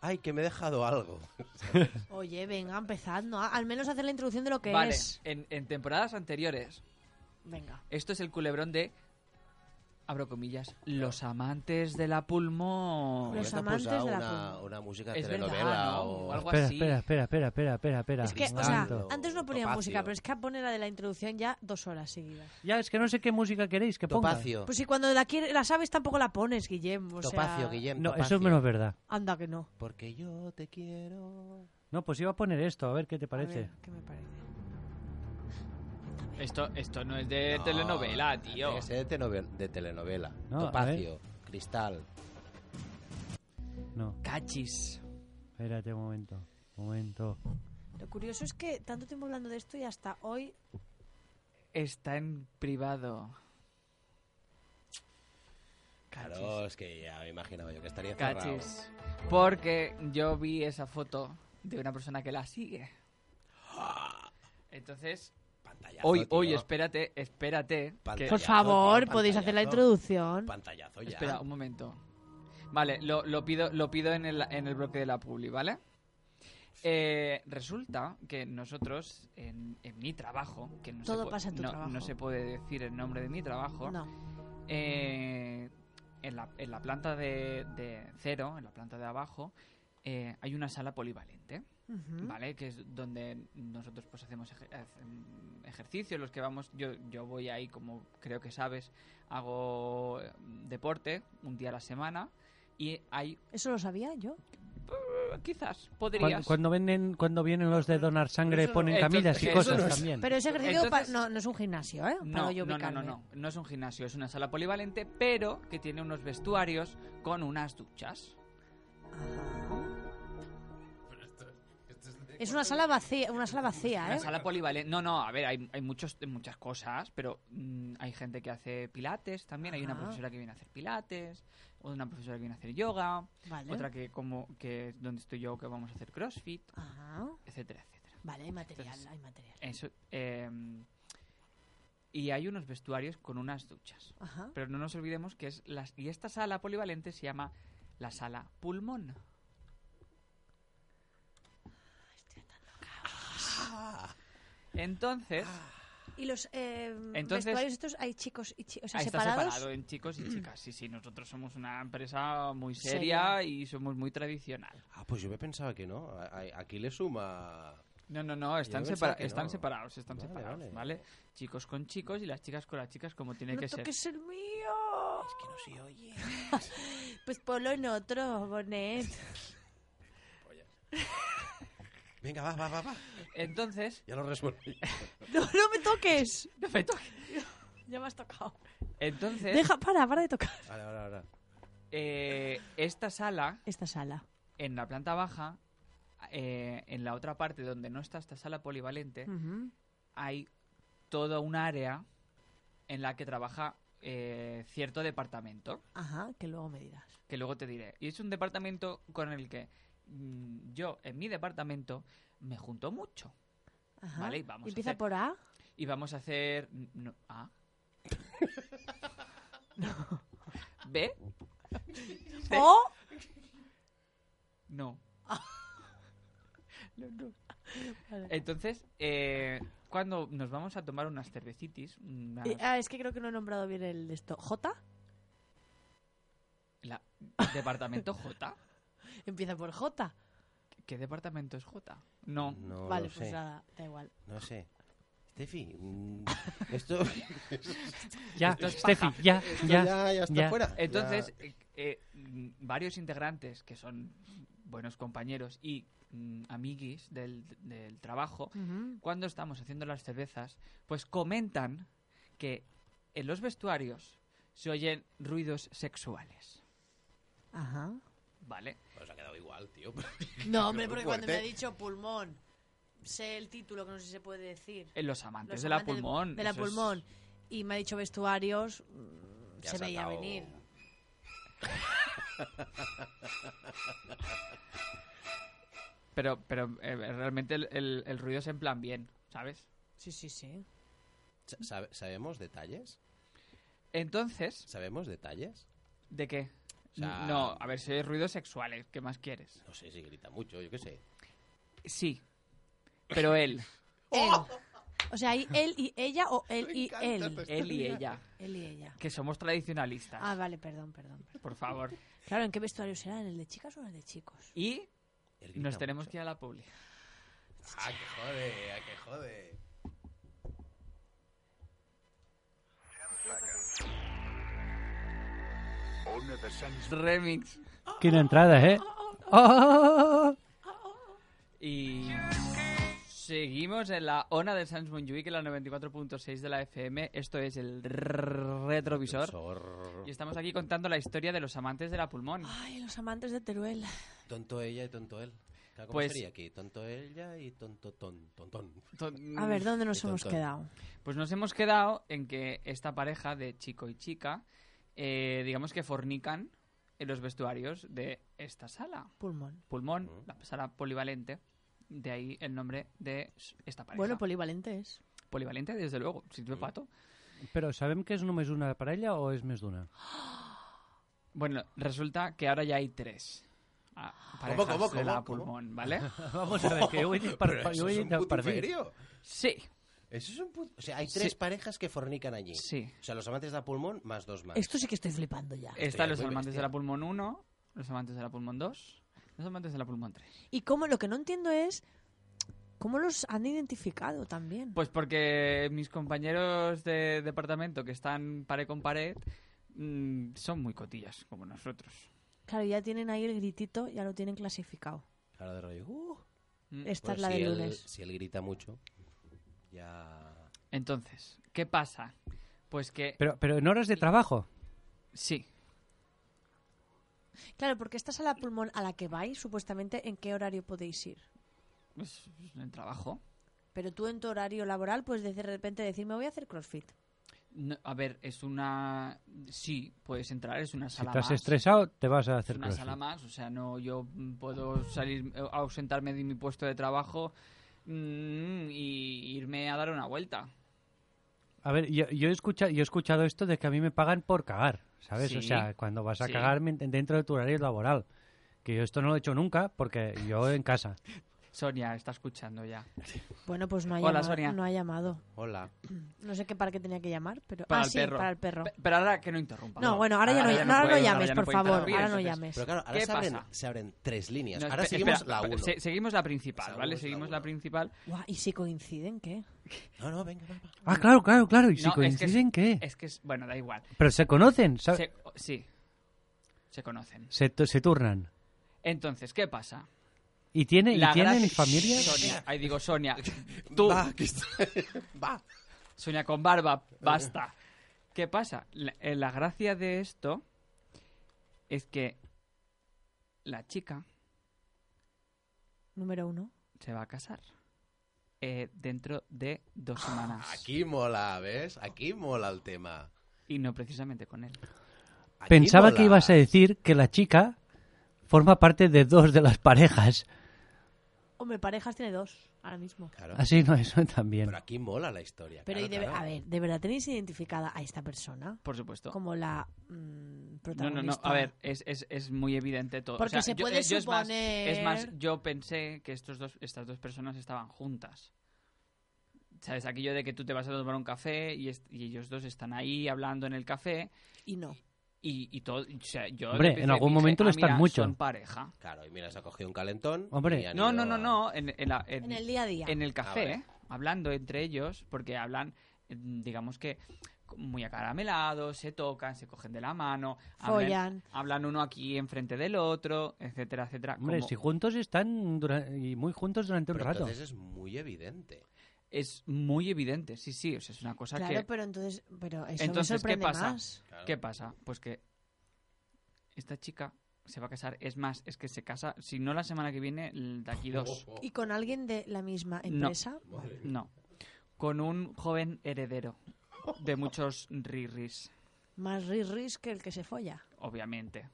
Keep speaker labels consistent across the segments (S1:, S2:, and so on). S1: ay, que me he dejado algo.
S2: Oye, venga, empezando. Ah, Al menos hacer la introducción de lo que
S3: Vale,
S2: es.
S3: en, en temporadas anteriores,
S2: Venga.
S3: esto es el culebrón de, abro comillas, los amantes de la pulmón.
S2: Los
S1: Hubiera
S2: amantes
S1: posado
S2: de la
S1: una,
S2: culpa.
S1: una música de
S3: Es verdad,
S1: telenovela
S3: ¿no?
S1: o...
S3: O algo
S4: espera,
S3: así.
S4: espera, espera, espera, espera, espera, espera.
S2: Es que, o sea,
S1: Tanto,
S2: antes no ponía
S1: Topacio.
S2: música, pero es que pone la de la introducción ya dos horas seguidas.
S4: Ya, es que no sé qué música queréis que ponga.
S1: Topacio.
S2: Pues si cuando la, quiere- la sabes tampoco la pones, Guillem. O
S1: Topacio,
S2: sea,
S1: Guillem.
S4: No,
S1: Topacio.
S4: eso es menos verdad.
S2: Anda que no.
S1: Porque yo te quiero.
S4: No, pues iba a poner esto, a ver qué te
S2: A
S4: parece.
S2: ver, ¿qué me parece?
S3: Esto, esto no es de
S1: No,
S3: telenovela, tío.
S1: Tiene que ser de, telenovel- de telenovela.
S4: No, a
S1: Topacio, Cristal.
S4: No,
S3: Cachis.
S4: espérate un momento. Un momento.
S2: Lo curioso es que tanto tiempo hablando de esto y hasta hoy
S3: Está en privado. Cachis.
S1: Claro, es que ya me imaginaba yo que estaría cerrado.
S3: Cachis. Porque yo vi esa foto de una persona que la sigue. Entonces,
S1: Pantallazo,
S3: hoy,
S1: tío.
S3: hoy, espérate, espérate. que-
S1: Pantallazo,
S2: Por favor,
S1: tío,
S2: podéis hacer la
S1: pantallazo.
S2: introducción.
S1: Pantallazo ya.
S3: Espera, un momento. Vale, lo, lo pido, lo pido en, el, en el bloque de la publi, ¿vale? Eh, resulta que nosotros, en, en mi trabajo, que no,
S2: Todo
S3: se puede,
S2: pasa en tu
S3: no-
S2: trabajo.
S3: no se puede decir el nombre de mi trabajo,
S2: No.
S3: eh, en, la, en la planta de, de cero, en la planta de abajo, eh, hay una sala polivalente.
S2: Ujú.
S3: ¿vale? Que es donde nosotros pues hacemos ej- hacen ejercicio, los que vamos, yo, yo voy ahí como creo que sabes, hago eh, deporte un día a la semana y hay,
S2: ¿Eso lo sabía yo?
S3: eh, quizás,
S4: Cuando,
S3: podrías...
S4: cuando venden, cuando vienen los de donar sangre,
S3: Eso no-
S4: ponen
S3: eso-
S4: camillas y
S3: eso
S4: cosas
S3: no es-
S4: también.
S2: Pero ese ejercicio pa-
S3: Entonces-
S2: no, no es un gimnasio, ¿eh?
S3: No,
S2: Para yo
S3: no, no, no,
S2: ubicarme.
S3: no, no es un gimnasio, es una sala polivalente, pero que tiene unos vestuarios con unas duchas.
S2: Ajá. Es una sala vacía, una sala vacía,
S3: Una
S2: ¿eh?
S3: sala polivalente. No, no, a ver, hay, hay muchos, muchas cosas, pero mm, hay gente que hace pilates también. Hay una
S2: Ajá.
S3: profesora que viene a hacer pilates, una profesora que viene a hacer yoga,
S2: Vale.
S3: otra que como que es donde estoy yo que vamos a hacer crossfit
S2: Ajá.
S3: etcétera etcétera
S2: Vale, hay material,
S3: Entonces-
S2: hay material.
S3: eso eh, y hay unos vestuarios con unas duchas
S2: Ajá.
S3: pero no nos olvidemos que es las y esta sala polivalente se llama la sala pulmón
S1: Ah,
S3: entonces
S2: Y los eh,
S3: Entonces- Ah,
S2: vestuarios estos hay chicos y chicos, o sea,
S3: está
S2: separados.
S3: separado en chicos y chicas sí sí nosotros somos una empresa muy seria y somos muy tradicional
S1: Ah, pues yo me pensaba que no. A- a- Aquí le suma.
S3: No, no, no, están,
S1: Yo pensaba
S3: separa-
S1: que
S3: están
S1: no.
S3: separados, están
S1: Vale,
S3: separados,
S1: vale.
S3: vale. Chicos con chicos y las chicas con las chicas como tiene
S2: no
S3: que ser.
S2: toques el mío.
S1: Es que no se oye.
S2: Pues ponlo en otro, Bonet.
S1: Venga, va, va, va, va.
S3: Entonces,
S1: Ya lo resuelvo.
S2: No, no me toques.
S3: no ¿Eh? me toques.
S2: Ya me has tocado.
S3: Entonces,
S2: Deja, para, para de tocar.
S1: Ahora, ahora, ahora.
S3: eh, esta sala,
S2: Esta sala.
S3: en la planta baja, eh, en la otra parte donde no está esta sala polivalente,
S2: Ujú.
S3: hay toda un área en la que trabaja eh, cierto departamento.
S2: Ajá, que luego me dirás.
S3: que luego te diré. Y es un departamento con el que mm, yo, en mi departamento, me junto mucho.
S2: Ajá.
S3: Vale, y vamos a
S2: Empieza
S3: hacer-
S2: por A.
S3: Y vamos a hacer... n- no, ¿ah? ¿A? ¿B? Sí.
S2: O.
S3: No. No, no. Entonces, eh, cuando nos vamos a tomar unas cervecitis, unas-
S2: Eh, ah, es que creo que no he nombrado bien el de esto. J.
S3: la- departamento J.
S2: Empieza por J.
S3: ¿Qué departamento es J? No.
S1: No
S2: vale,
S1: lo
S2: pues
S1: sé.
S2: nada, da igual.
S1: No sé. Steffi, mm, esto,
S4: Ya,
S3: Esto es
S4: Steffi,
S3: paja.
S4: ya,
S1: esto ya,
S4: ya.
S1: ya está
S4: ya.
S1: fuera.
S3: Entonces,
S1: Ya.
S3: eh, eh, mm, varios integrantes que son buenos compañeros y mm, amiguis del, del trabajo,
S2: Ujú.
S3: cuando estamos haciendo las cervezas, pues comentan que en los vestuarios se oyen ruidos sexuales.
S2: Ajá.
S3: ¿Vale?
S1: Pues ha quedado igual, tío.
S2: No, hombre, porque
S1: Fuerte.
S2: cuando me ha dicho pulmón, sé el título que no sé si se puede decir.
S3: En los amantes
S2: Los
S3: de la
S2: amantes del-
S3: pulmón.
S2: De la
S3: eso es-
S2: pulmón. Y me ha dicho vestuarios, mm,
S1: Ya
S2: se
S1: has
S2: veía
S1: sacado-
S2: venir.
S3: pero pero eh, realmente el, el- el ruido es en plan bien, ¿sabes?
S2: Sí, sí, sí.
S1: Sa- sabe- ¿Sabemos detalles?
S3: Entonces,
S1: ¿Sabemos detalles?
S3: ¿de qué?
S1: O sea,
S3: No, a ver, si hay ruidos sexuales, ¿qué más quieres?
S1: No sé si grita mucho, yo qué sé.
S3: Sí, pero él,
S2: Él. O sea, hay él y ella o él y
S1: este
S2: él.
S3: él y ella,
S2: Él y ella.
S3: que somos tradicionalistas,
S2: Ah, vale, perdón, perdón. perdón.
S3: por favor.
S2: Claro, ¿en qué vestuario será? ¿En el de chicas o en el de chicos?
S3: Y
S1: Él grita
S3: nos tenemos
S1: mucho.
S3: que ir a la publi.
S1: ¡Ah, que jode! ¡Ah, que jode!
S3: Remix.
S4: Qué una entrada, ¿eh? ¡Oh!
S3: Y seguimos en la ona del Sans Montjuic en la 94.6 de la FM. Esto es el retrovisor.
S1: Sor.
S3: Y estamos aquí contando la historia de los amantes de la pulmón.
S2: Ay, los amantes de Teruel.
S1: Tonto ella y tonto él. Claro, ¿Cómo
S3: Pues-
S1: sería aquí? Tonto ella y tonto ton, tontón.
S3: Ton-
S2: A ver, ¿dónde nos
S1: Mm, Qué
S2: hemos
S1: tonto.
S2: quedado?
S3: Pues nos hemos quedado en que esta pareja de chico y chica, eh, digamos que fornican en los vestuarios de esta sala.
S2: Pulmón.
S3: Pulmón,
S1: Ujú.
S3: la sala polivalente. De ahí el nombre de s- esta pareja.
S2: Bueno, pues- polivalente es.
S3: polivalente, desde luego. Sirve
S1: Ujú.
S3: pato.
S4: Però sabem que és només una parella o és més d'una?
S3: Bueno, resulta que ahora ya hay tres. ah,
S1: ¿Cómo,
S3: parejas
S1: cómo,
S3: de la
S1: cómo, cómo?
S3: pulmón, ¿vale?
S4: Vamos a ver, que jo he dit per,
S1: Pero
S4: jo
S1: eso
S4: he
S1: es un
S4: dit
S1: puto
S4: per dir.
S1: imperio.
S3: Sí,
S1: Eso es un puto... O sea, hay tres
S3: Sí.
S1: parejas que fornican allí.
S3: sí.
S1: O sea, los amantes de la pulmón más dos más.
S2: Esto sí que estoy flipando ya.
S1: Eh.
S3: Están los
S1: muy
S3: amantes de
S1: bestial.
S3: la pulmón 1, los amantes de la pulmón 2, los amantes de la pulmón 3.
S2: Y cómo, lo que no entiendo es cómo los han identificado también.
S3: Pues porque mis compañeros de departamento que están pared con pared mm, son muy cotillas, como nosotros.
S2: Claro, ya tienen ahí el gritito, ya lo tienen clasificado.
S1: Ahora de rollo. uh.
S3: Mm.
S2: Esta es
S1: Bueno,
S2: la
S1: si
S2: de
S1: él-
S2: lunes.
S1: Si él grita mucho, ya...
S3: Entonces, ¿qué pasa? Pues que
S4: Però, però en hores de trabajo.
S3: sí,
S2: Claro, porque esta sala pulmón a la que vais, supuestamente, ¿en qué horario podéis ir?
S3: pues, en el trabajo.
S2: Pero tú en tu horario laboral puedes de repente decir, me voy a hacer crossfit.
S3: No, a ver, es una... Sí, puedes entrar, es una
S4: Si
S3: sala
S4: estás
S3: más.
S4: estresado, te vas a
S3: Es
S4: hacer
S3: una sala
S4: crossfit.
S3: más, o sea, no, yo mm, puedo salir, eh, ausentarme de mi puesto de trabajo mm, y irme a dar una vuelta.
S4: A ver, yo, yo, he escuchado, yo he escuchado esto de que a mí me pagan por cagar, ¿sabes? O
S3: Sí.
S4: sea, cuando vas a
S3: Sí.
S4: cagar me- dentro de tu horario laboral. Que yo esto no lo he hecho nunca porque yo en casa.
S3: Sonia está escuchando ya.
S2: Bueno, pues no ha,
S3: Hola,
S2: llamado,
S3: Sonia.
S2: no ha llamado.
S1: Hola.
S2: No sé qué para qué tenía que llamar, pero...
S3: Para
S2: ah,
S3: el
S2: sí,
S3: perro.
S2: para el perro.
S3: Pe- Pero ahora que no interrumpa.
S2: No, bueno, ahora, ya, no, ahora no
S3: puedo,
S2: llames,
S3: ya no
S2: por
S3: puedo
S2: favor.
S3: interrumpir,
S2: Ahora no
S3: entonces.
S2: llames.
S1: Pero claro, ahora
S3: ¿Qué
S1: se abren,
S3: pasa?
S1: se abren tres líneas.
S3: No,
S1: ahora
S3: espe-
S1: seguimos
S3: espera,
S1: la
S3: pe-
S1: 1.
S3: se- seguimos la principal, ¿vale?
S1: Seguimos la
S3: Seguimos
S1: uno.
S3: la principal.
S2: Guau, ¿Y si coinciden qué?
S1: No, no, venga, va, va.
S4: Ah, claro, claro, claro. ¿Y si
S3: No, es que eh, es-
S4: coinciden qué?
S3: Es que es, bueno, da igual.
S4: Pero se conocen, ¿sabes?
S3: Se- o- sí, se conocen.
S4: Se, tu- se turnan.
S3: Entonces, ¿qué pasa?
S4: ¿Y, tiene,
S3: La
S4: ¿y tienen
S3: gran-
S4: familia?
S3: Sonia, ahí digo Sonia, tú,
S1: Va, que está- va.
S3: Sonia con barba, basta. ¿Qué pasa? La, eh, la gracia de esto es que la chica
S2: Número uno.
S3: se va a casar eh, dentro de dos semanas.
S1: Ah, Aquí mola, ¿ves? Aquí mola el tema.
S3: Y no precisamente con él.
S1: Aquí
S4: Pensaba
S1: mola.
S4: que ibas a decir que la chica forma parte de dos de las parejas.
S2: Hombre, parejas tiene dos ahora mismo.
S1: Claro.
S4: Así no, eso también.
S1: Pero aquí mola la historia.
S2: Pero
S1: claro,
S2: y de-
S1: claro.
S2: a ver, ¿de verdad tenéis identificada a esta persona
S3: Por supuesto.
S2: como la mm,
S3: No,
S2: protagonista?
S3: no, no. A ver, es, es, es muy evidente todo. O
S2: Porque
S3: sea,
S2: se
S3: yo-
S2: puede
S3: eh, yo es más-
S2: suponer-
S3: Es más, yo pensé que estos dos, estas dos personas estaban juntas. ¿Sabes? Aquello de que tú te vas a tomar un café y, est- y ellos dos están ahí hablando en el café
S2: Y no.
S3: y, y todo. O sea, yo
S4: Hombre,
S3: empecé-
S4: en algún
S3: dije,
S4: momento lo
S3: "Ah,
S4: están
S3: mira,
S4: mucho".
S3: Son pareja.
S1: Claro, y mira, se ha cogido un calentón.
S4: Hombre.
S1: y han
S3: No,
S1: ido
S3: no, no,
S1: a-
S3: no. En, en la- en-
S2: En el día a día.
S3: en el café,
S1: vale.
S3: hablando entre ellos, porque hablan, eh, digamos que muy acaramelados, se tocan, se cogen de la mano, hablan-
S2: Follan.
S3: hablan uno aquí enfrente del otro, etcétera, etcétera.
S4: Hombre,
S3: Como
S4: si juntos están dura- y muy juntos durante un
S1: Pero
S4: rato.
S1: entonces es muy evidente.
S3: Es muy evidente, sí, sí, o sea, es una cosa
S2: claro,
S3: que...
S2: pero entonces, pero eso me
S3: Entonces, ¿qué
S2: sorprende
S3: pasa?
S2: más.
S1: Claro.
S3: ¿Qué pasa? Pues que esta chica se va a casar, es más, es que se casa, si no la semana que viene, l- de aquí dos.
S1: Oh, oh.
S2: ¿Y con alguien de la misma
S3: No.
S2: empresa?
S1: Madre mía.
S3: No, con un joven heredero de muchos riris.
S2: Más ris-ris que el que se folla.
S3: obviamente.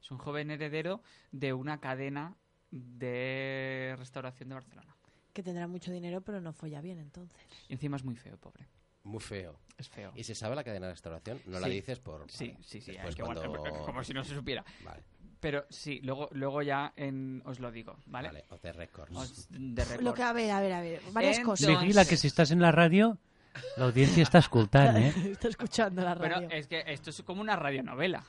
S3: Es un joven heredero de una cadena de restauración de Barcelona.
S2: Que tendrá mucho dinero, pero no folla bien entonces.
S3: Y encima es muy feo, pobre.
S1: muy feo.
S3: Es feo.
S1: ¿Y se sabe la cadena de restauración? ¿No la
S3: Sí.
S1: dices por...?
S3: Sí,
S1: vale.
S3: sí, sí.
S1: Después
S3: hay que guardar-
S1: cuando-
S3: Como si no se supiera.
S1: Vale,
S3: Pero sí, luego, luego ya en- os lo digo, ¿vale?
S1: vale. O de récords.
S3: Os- de
S2: Lo
S3: récord.
S2: que, a ver, a ver, a ver. Varias
S3: Entonces-
S2: cosas.
S4: Vigila que si estás en la radio, la audiencia está escoltant, eh?
S2: Está escuchando la radio.
S3: Pero es que esto es como una radionovela.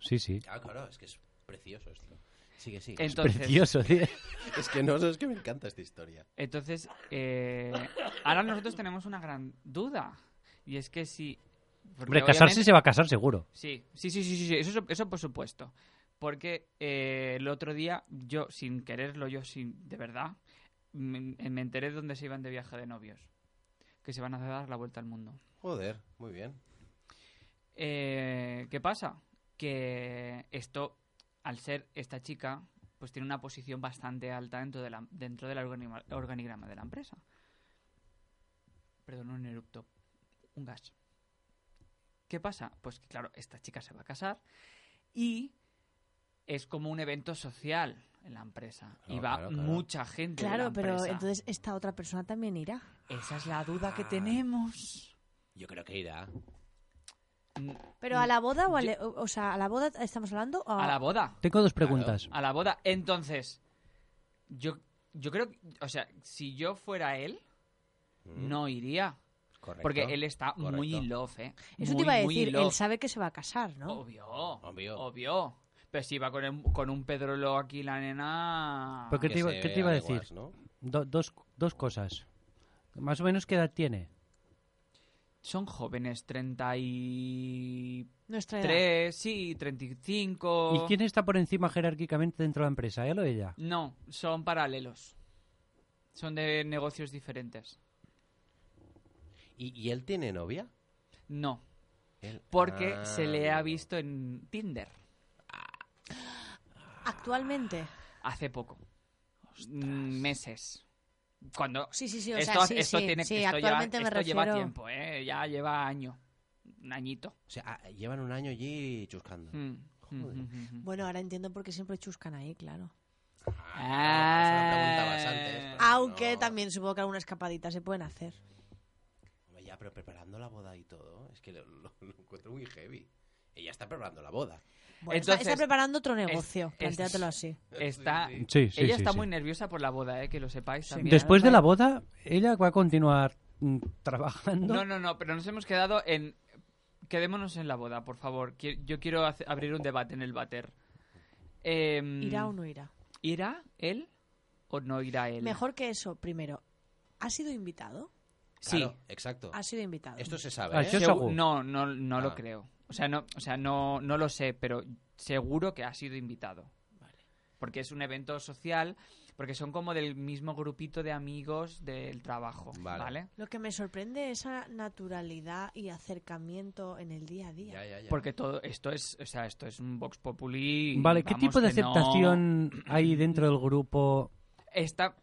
S4: Sí, sí.
S1: Ah, claro, es que es precioso esto. Sigue, sigue.
S3: Entonces-
S4: Precioso, tío.
S1: Es que no, es que me encanta esta historia.
S3: Entonces, eh, ahora nosotros tenemos una gran duda. Y es que si... porque
S4: Hombre, casarse
S3: obviamente-
S4: se va a casar seguro.
S3: Sí, sí, sí, sí, sí, sí, Eso, eso por supuesto. Porque eh, el otro día, yo sin quererlo, yo sin de verdad, me, me enteré de dónde se iban de viaje de novios. Que se van a dar la vuelta al mundo.
S1: Joder, muy bien.
S3: Eh, ¿Qué pasa? Que esto, al ser esta chica, pues tiene una posición bastante alta dentro, de la, dentro del organima- organigrama de la empresa. Perdón, un eructo. Un gas. ¿Qué pasa? Pues que, claro, esta chica se va a casar y es como un evento social en la empresa. y
S1: Claro,
S3: va
S1: claro, claro.
S3: mucha gente. de
S2: claro,
S3: la
S2: pero
S3: empresa.
S2: entonces esta otra persona también irá.
S3: Esa es la duda que
S1: Ah.
S3: tenemos.
S1: Yo creo que irá.
S2: Ah. Pero a la boda o, al- o o sea, a la boda estamos hablando o
S3: Mm, A la boda.
S4: Tengo dos preguntas.
S3: a la boda. Entonces, yo, yo creo, que- o sea, si yo fuera él,
S1: Mm,
S3: no iría.
S1: correcto.
S3: Porque él está muy
S1: correcto.
S3: in love, ¿eh?
S2: Eso
S3: Muy,
S2: te iba a
S3: muy Oh, in
S2: decir, él
S3: love.
S2: sabe que se va a casar, ¿no?
S3: Obvio,
S1: Obvio.
S3: obvio. Pero si va con, el- con un pedrolo aquí la nena...
S4: Pero ¿Qué
S1: Que
S4: te iba-
S1: se
S4: qué te iba a
S1: adeguas,
S4: decir?
S1: ¿no?
S4: Do- dos, dos cosas. Más o menos, ¿qué edad tiene?
S3: Son jóvenes, 33,
S2: Nuestra edad.
S3: sí, 35...
S4: ¿Y quién está por encima jerárquicamente dentro de la empresa, él o ella?
S3: No, son paralelos. Son de negocios diferentes.
S1: ¿Y, y él tiene novia?
S3: No,
S1: Él-
S3: porque
S1: Ah,
S3: se le ha
S1: amigo.
S3: visto en Tinder.
S2: Actualmente.
S3: Hace poco. Mm, Meses. Cuando.
S2: Sí, sí, sí. O
S3: esto
S2: sea, sí,
S3: esto
S2: sí,
S3: tiene
S2: sí,
S3: esto lleva,
S2: actualmente me
S3: esto
S2: refiero.
S3: lleva tiempo, ¿eh? Ya lleva año. Un añito.
S1: O sea, ah, llevan un año allí chuscando.
S3: Mm, mm,
S1: Joder.
S3: mm, mm, mm.
S2: Bueno, ahora entiendo por qué siempre chuscan ahí, claro.
S1: Ah, eso lo preguntabas antes,
S3: Ah.
S1: pero
S2: Aunque
S1: no.
S2: también supongo que alguna escapadita se pueden hacer.
S1: Hombre, Ya, pero preparando la boda y todo, es que lo, lo- lo encuentro muy heavy. Ella está preparando la boda.
S2: Bueno, está- está,
S3: Entonces,
S2: preparando otro negocio,
S3: es-
S2: plantéatelo así.
S3: Ah, Está.
S1: Sí,
S4: Sí,
S3: Ella está muy nerviosa por la boda, ¿eh? que lo sepáis también. ¿eh?
S4: Después de la boda, ¿ella va a continuar mm, trabajando?
S3: No, no, no, pero nos hemos quedado en. Quedémonos en la boda, por favor. Qui- Yo quiero hace- abrir un debate en el váter. Em,
S2: ¿Irá o no irá?
S3: ¿Irá él o no irá él?
S2: Mejor que eso, primero, ¿ha sido invitado?
S3: Sí,
S1: Claro, exacto.
S2: Ha sido invitado.
S1: Esto se sabe.
S4: Ah,
S1: ¿eh?
S4: yo-
S3: Segu-
S4: seguro.
S3: No, no, no
S1: Ah.
S3: lo creo. O sea, no, o sea no, no lo sé, pero seguro que ha sido invitado. Porque es un evento social, porque son como del mismo grupito de amigos del trabajo,
S1: Vale.
S3: ¿vale?
S2: Lo que me sorprende es esa naturalidad y acercamiento en el día a día.
S1: Ya, ya, ya.
S3: Porque todo esto es, o sea, esto es un vox populi.
S4: Vale, ¿qué
S3: vamos,
S4: tipo de
S3: que no-
S4: aceptación hay dentro del grupo?
S3: Está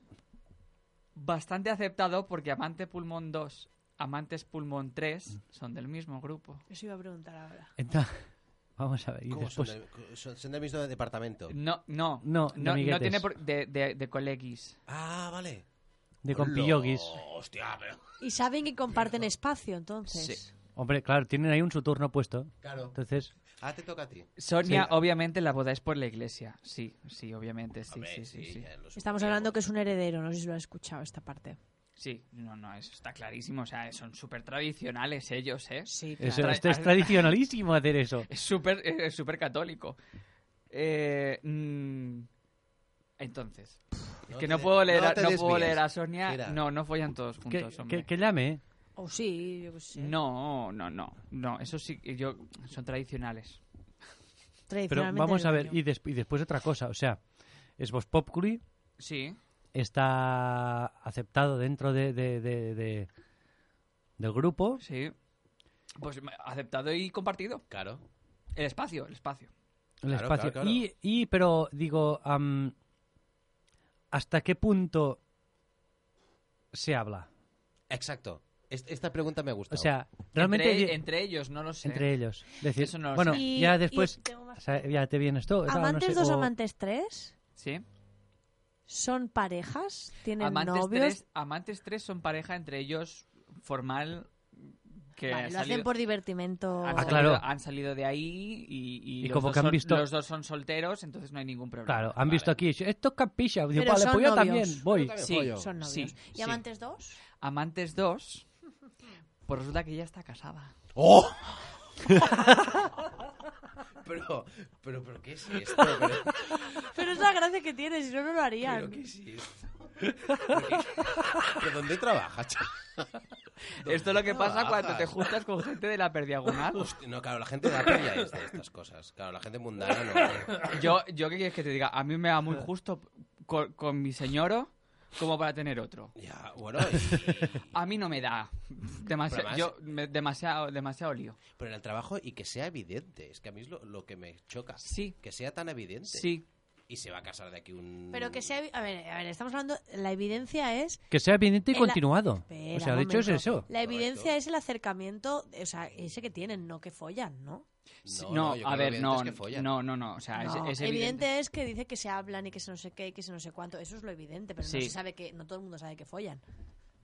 S3: bastante aceptado porque Amante Pulmón 2, Amantes Pulmón 3 son del mismo grupo.
S2: Eso iba a preguntar ahora.
S4: Enta- Vamos a ver, y
S1: ¿Cómo
S4: después... Mm.
S1: son, de- son- son del mismo departamento.
S3: No, no,
S4: No, de
S3: no,
S4: amiguetes.
S3: tiene por- de, de, de coleguis.
S1: Ah, vale.
S4: De
S1: Hola,
S4: compilloguis.
S1: Hostia, pero...
S2: Y saben que comparten espacio, entonces.
S4: Hombre, claro, tienen ahí un su turno puesto.
S1: Claro.
S4: Entonces,
S1: Ah, te toca a ti.
S3: Sonia,
S4: Sí.
S3: obviamente la boda es por la iglesia. Sí, sí, obviamente, sí,
S1: Hombre,
S3: sí, sí, sí.
S1: ya lo
S2: Estamos
S1: suponemos.
S2: hablando que es un heredero, no sé si lo has escuchado esta parte.
S3: Sí, no, no, eso está clarísimo. O sea, son súper tradicionales ellos, ¿eh?
S2: Sí, claro.
S4: eso,
S3: Tra-
S4: esto es tradicionalísimo hacer eso.
S3: Es súper es súper católico. Eh, mm, entonces, es que
S1: te
S3: no
S1: de-
S3: puedo leer,
S1: no
S3: a,
S1: te
S3: no puedo
S1: desvíes.
S3: leer a Sonia.
S1: Mira.
S3: No, no follan todos
S4: Que,
S3: juntos, hombre.
S4: que, que llame, ¿eh?
S2: O sí, yo qué sé.
S3: No, no, no, no. Eso sí, que yo son tradicionales.
S4: Pero
S2: Tradicionalmente
S4: vamos a ver,
S2: heredero.
S4: y, desp- y después otra cosa, o sea, es Vox Populi,
S3: Sí,
S4: está aceptado dentro de, de- de- de- del grupo.
S3: sí. Pues aceptado y compartido.
S1: Claro.
S3: El espacio, el espacio.
S4: El
S1: Claro,
S4: espacio.
S1: claro, claro.
S4: Y, y, pero digo, am, ¿hasta qué punto se habla?
S1: Exacto. Es- Esta pregunta me gusta.
S4: O sea, realmente
S3: entre,
S4: ye-
S3: entre ellos, no lo sé.
S4: entre ellos. Decir,
S3: Eso no lo
S4: bueno,
S3: sé.
S2: Y-
S4: ya
S2: y
S4: después,
S2: tengo más
S4: o sea, ya te vienes todo. claro, no
S2: Amantes
S4: sé,
S2: dos,
S4: o-
S2: amantes tres,
S3: Sí.
S2: son parejas, tienen
S3: Amantes
S2: novios.
S3: tres, amantes tres son pareja entre ellos formal que
S2: Vale,
S3: han
S2: lo hacen
S3: salido-
S2: por divertimento.
S3: han
S4: Ah,
S3: salido-
S4: claro.
S3: han salido de ahí y, y
S4: Y
S3: los,
S4: como
S3: dos
S4: que han
S3: son,
S4: visto-
S3: los dos son solteros, entonces no hay ningún problema.
S4: Claro, han visto
S3: Vale.
S4: aquí, esto es capilla. Digo,
S2: Pero
S4: vale,
S2: son
S4: pues yo
S2: novios.
S4: también voy.
S1: Yo
S3: Sí,
S1: Pollo.
S2: Son novios.
S3: Sí,
S2: ¿Y
S3: sí.
S2: amantes dos?
S3: Amantes 2, pues resulta que ella está casada.
S1: ¡Oh! pero, pero, pero, ¿qué es esto? Pero,
S2: Pero es la gracia que tiene, si no, no lo
S1: pero
S2: harían.
S1: ¿qué es esto? ¿Pero, qué- pero dónde trabaja, chaval?
S3: Esto es lo que pasa
S1: trabajas?
S3: cuando te juntas con gente de la perdiagonal.
S1: Hostia, No, claro, la gente de la playa es de estas cosas. Claro, la gente mundana no.
S3: Yo, yo qué quieres que te diga, a mí me va muy justo con, con mi señoro como para tener otro.
S1: Ya, bueno, y-
S3: A mí no me da demasi-
S1: Pero además-
S3: yo, me- demasiado, demasiado lío.
S1: pero en el trabajo y que sea evidente. Es que a mí es lo, lo que me choca.
S3: Sí.
S1: Que sea tan evidente.
S3: Sí,
S1: Y se va a casar de aquí un...
S2: Pero que sea... A ver, a ver, estamos hablando... La evidencia es...
S4: Que sea evidente y
S2: En la-
S4: continuado.
S2: Espera,
S4: o sea,
S2: un
S4: de hecho es
S2: momento.
S4: eso.
S2: La evidencia
S1: Correcto.
S2: es el acercamiento, o sea, ese que tienen, no que follan, ¿no?
S3: sí,
S1: No,
S3: no,
S1: no, yo creo
S3: a
S1: que
S3: ver,
S1: evidente
S3: no,
S1: es que follan.
S3: no, no, no, o sea, es-
S2: No,
S3: Ah, es, evidente.
S2: es que dice que se hablan y que se no sé qué y que se no sé cuánto. Eso es lo evidente, pero
S3: Sí.
S2: no se sabe que... No todo el mundo sabe que follan.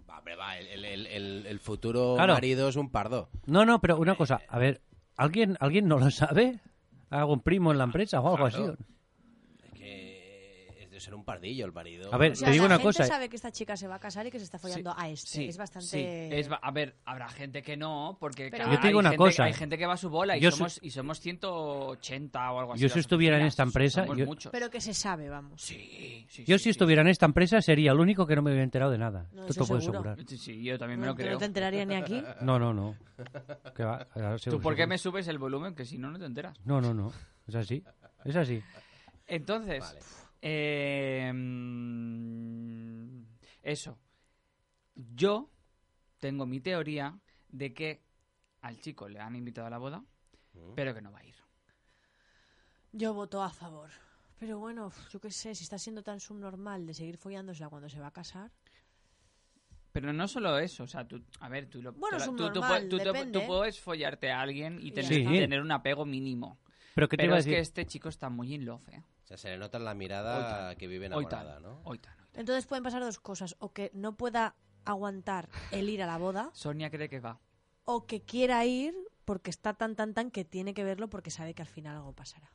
S1: Va, hombre, va, el, el- el- el- el futuro
S4: Claro.
S1: marido es un pardo.
S4: No, no, pero una cosa. A ver, ¿alguien, ¿alguien no lo sabe? ¿Algún primo en la empresa o algo
S1: Claro.
S4: así?
S1: Es que es de ser un pardillo el marido.
S4: A ver,
S2: O
S4: te
S2: sea,
S4: digo
S2: la
S4: una
S2: gente
S4: cosa.
S2: sabe que esta chica se va a casar y que se está follando a este. es bastante...
S3: eh. sí. Es ba- a ver, habrá gente que no, porque
S2: Pero-
S3: claro,
S2: Yo te
S3: hay
S4: digo una
S3: gente-
S4: cosa.
S3: Hay gente que va a su bola y
S4: Yo
S3: somos, y somos 180 o algo así.
S4: Yo si
S3: las
S4: estuviera en
S3: oficinas,
S4: esta empresa,
S3: somos
S4: yo-
S3: muchos.
S2: Pero que se sabe, vamos.
S3: Sí, sí,
S4: Yo
S3: sí,
S4: si
S3: sí.
S4: estuviera en esta empresa sería el único que no me hubiera enterado de nada.
S2: No,
S4: Esto
S2: eso
S4: te puedo
S2: seguro.
S4: asegurar.
S3: Sí, sí, yo también me
S2: no,
S3: lo creo.
S2: no te enteraría ni aquí.
S4: No, no, no. Que va, ahora sí,
S3: ¿Tú por qué
S4: seguro.
S3: me subes el volumen? Que si no, no te enteras.
S4: No, no, no. Es así. Es así.
S3: Entonces,
S1: Vale.
S3: eh, mm, eso. Yo tengo mi teoría de que al chico le han invitado a la boda,
S1: Mm.
S3: pero que no va a ir.
S2: Yo voto a favor. Pero bueno, uf, yo qué sé, si está siendo tan subnormal de seguir follándosela cuando se va a casar.
S3: Pero no solo eso, o sea, tú, a ver, tú lo
S2: Bueno,
S3: tú,
S2: es un
S3: tú- tú
S2: normal,
S3: pu- tú- tú
S2: depende.
S3: puedes follarte a alguien y
S2: Y
S3: tener,
S4: ya
S3: y
S4: está.
S3: tener un apego mínimo.
S4: Pero ¿qué te
S3: Pero
S4: iba a
S3: es que
S4: decir?
S3: este chico está muy in love, ¿eh?
S1: O sea, se le nota en la mirada que vive
S3: Hoy
S1: enamorada,
S3: tan,
S1: ¿no?
S3: hoy tan, hoy tan.
S2: Entonces pueden pasar dos cosas, o que no pueda aguantar el ir a la boda,
S3: Sonia cree que va.
S2: o que quiera ir porque está tan tan tan que tiene que verlo porque sabe que al final algo pasará.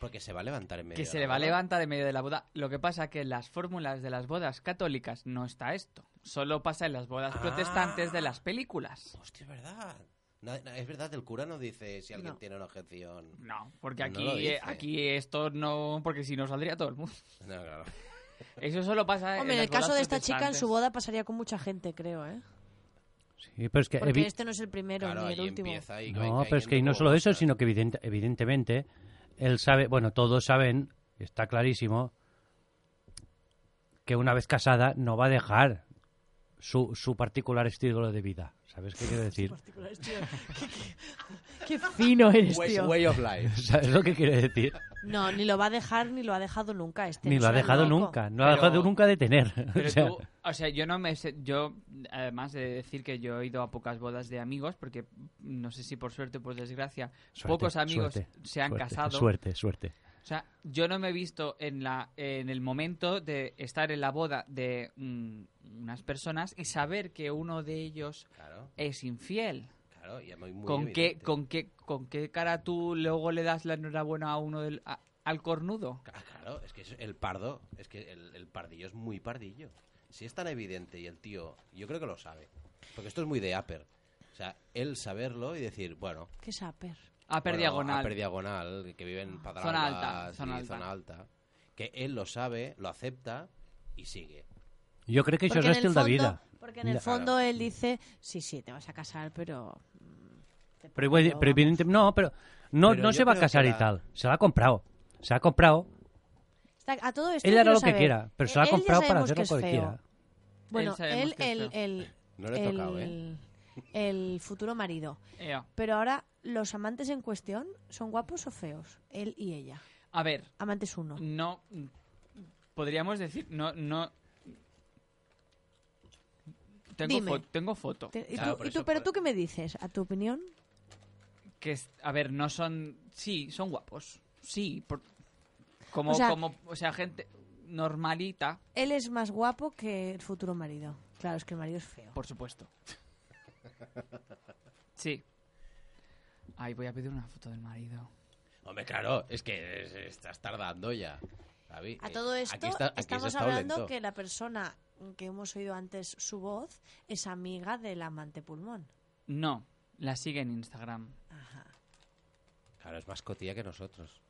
S1: Porque se va a levantar en medio.
S3: Que
S1: de
S3: se
S1: la
S3: le va a
S1: boda.
S3: levantar en medio de la boda. Lo que pasa que en las fórmulas de las bodas católicas no está esto. Solo pasa en las bodas
S1: Ah.
S3: protestantes de las películas.
S1: Hostia, es verdad. Na- na- es verdad, el cura no dice si alguien
S2: No.
S1: tiene una objeción.
S3: No, porque
S1: No
S3: aquí,
S1: lo dice.
S3: eh, aquí esto no, porque si no saldría todo el mundo.
S1: No, claro.
S3: Eso solo pasa
S2: Hombre, en
S3: en las
S2: el caso
S3: bodas
S2: de esta chica en su
S3: protestantes.
S2: boda pasaría con mucha gente, creo, ¿eh?
S4: Sí, pero es que
S2: Porque
S4: evi-
S2: este no es el primero
S1: Claro,
S2: ni
S1: ahí
S2: el último.
S1: empieza y
S4: No, pero es que y no solo eso, sino que evidente- evidentemente él sabe, bueno, todos saben, está clarísimo, que una vez casada no va a dejar su, su particular estilo de vida. ¿Sabes qué quiero decir?
S2: Particulares, tío. Qué- qué- Qué fino eres,
S1: Way,
S2: tío.
S1: way of life.
S4: ¿Sabes lo que quiere decir?
S2: No, ni lo va a dejar ni lo ha dejado nunca este.
S4: Ni
S2: no
S4: lo ha
S2: seas
S4: dejado
S2: loco.
S4: nunca, no lo ha
S3: Pero-
S4: dejado nunca de tener. O
S3: Pero
S4: sea,
S3: tú, o sea, yo no me sé- yo además de decir que yo he ido a pocas bodas de amigos porque no sé si por suerte o por desgracia
S4: suerte,
S3: pocos amigos
S4: suerte,
S3: se han
S4: suerte,
S3: casado.
S4: Suerte, suerte.
S3: O sea, yo no me he visto en la en el momento de estar en la boda de mm, unas personas y saber que uno de ellos
S1: Claro,
S3: es infiel.
S1: claro. Y muy, muy
S3: ¿Con qué,
S1: evidente.
S3: con, qué, ¿Con qué cara tú luego le das la enhorabuena a uno del, a- al cornudo?
S1: Ah, Claro, es que es el pardo, es que el, el pardillo es muy pardillo. Si es tan evidente y el tío, yo creo que lo sabe. Porque esto es muy de Upper. O sea, él saberlo y decir, bueno,
S2: Qué saper.
S3: A per
S1: Bueno,
S3: diagonal.
S1: a Perdiagonal, que vive en Pedralbes
S3: Zona alta,
S1: y
S3: zona alta.
S1: alta. Que él lo sabe, lo acepta y sigue.
S4: Yo creo que eso
S2: Porque
S4: es
S2: en el
S4: el estilo de
S2: fondo-
S4: vida.
S2: Porque en el
S4: Ya.
S2: fondo él dice, sí, sí, te vas a casar, pero... mm, te
S4: Pero,
S2: pongo
S4: igual-
S2: yo,
S4: pero
S2: vamos".
S4: evidente- no, pero no,
S1: Pero
S4: no
S1: yo
S4: se va a
S1: creo que
S4: casar y
S1: la-
S4: tal. Se la ha comprado. Se la ha comprado.
S2: Está- a todo esto
S4: Él hará
S2: quiero
S4: lo que
S2: saber,
S4: quiera, pero se la ha
S2: él ya
S4: comprado para
S2: sabemos
S4: hacer lo
S2: es
S4: que
S2: feo.
S4: quiera.
S2: Bueno,
S3: Él sabemos
S2: él,
S3: que
S2: el,
S3: es feo.
S2: el,
S1: No le he tocado, ¿eh?
S2: el- el futuro marido.
S3: Ea.
S2: Pero ahora, los amantes en cuestión, ¿son guapos o feos? Él y ella.
S3: A ver,
S2: Amantes uno.
S3: no podríamos decir no no tengo,
S2: Dime.
S3: fo- tengo foto
S2: Te- ¿Y
S1: Claro,
S2: tú,
S1: por
S2: y tú-
S1: eso-
S2: pero
S1: por-
S2: tú qué me dices? ¿A tu opinión?
S3: que es- a ver no son sí son guapos sí por- como
S2: O sea-
S3: como o sea gente normalita
S2: Él es más guapo que el futuro marido. Claro, es que el marido es feo.
S3: por supuesto Sí. Ay, voy a pedir una foto del marido.
S1: Hombre, claro, es que es- estás tardando ya. Javi.
S2: A
S1: Eh,
S2: todo
S1: aquí
S2: esto,
S1: está- aquí se
S2: estamos
S1: está
S2: hablando
S1: lento.
S2: que la persona que hemos oído antes su voz es amiga del amante pulmón.
S3: No, la sigue en Instagram.
S2: Ajá.
S1: Claro, es más cotilla que nosotros.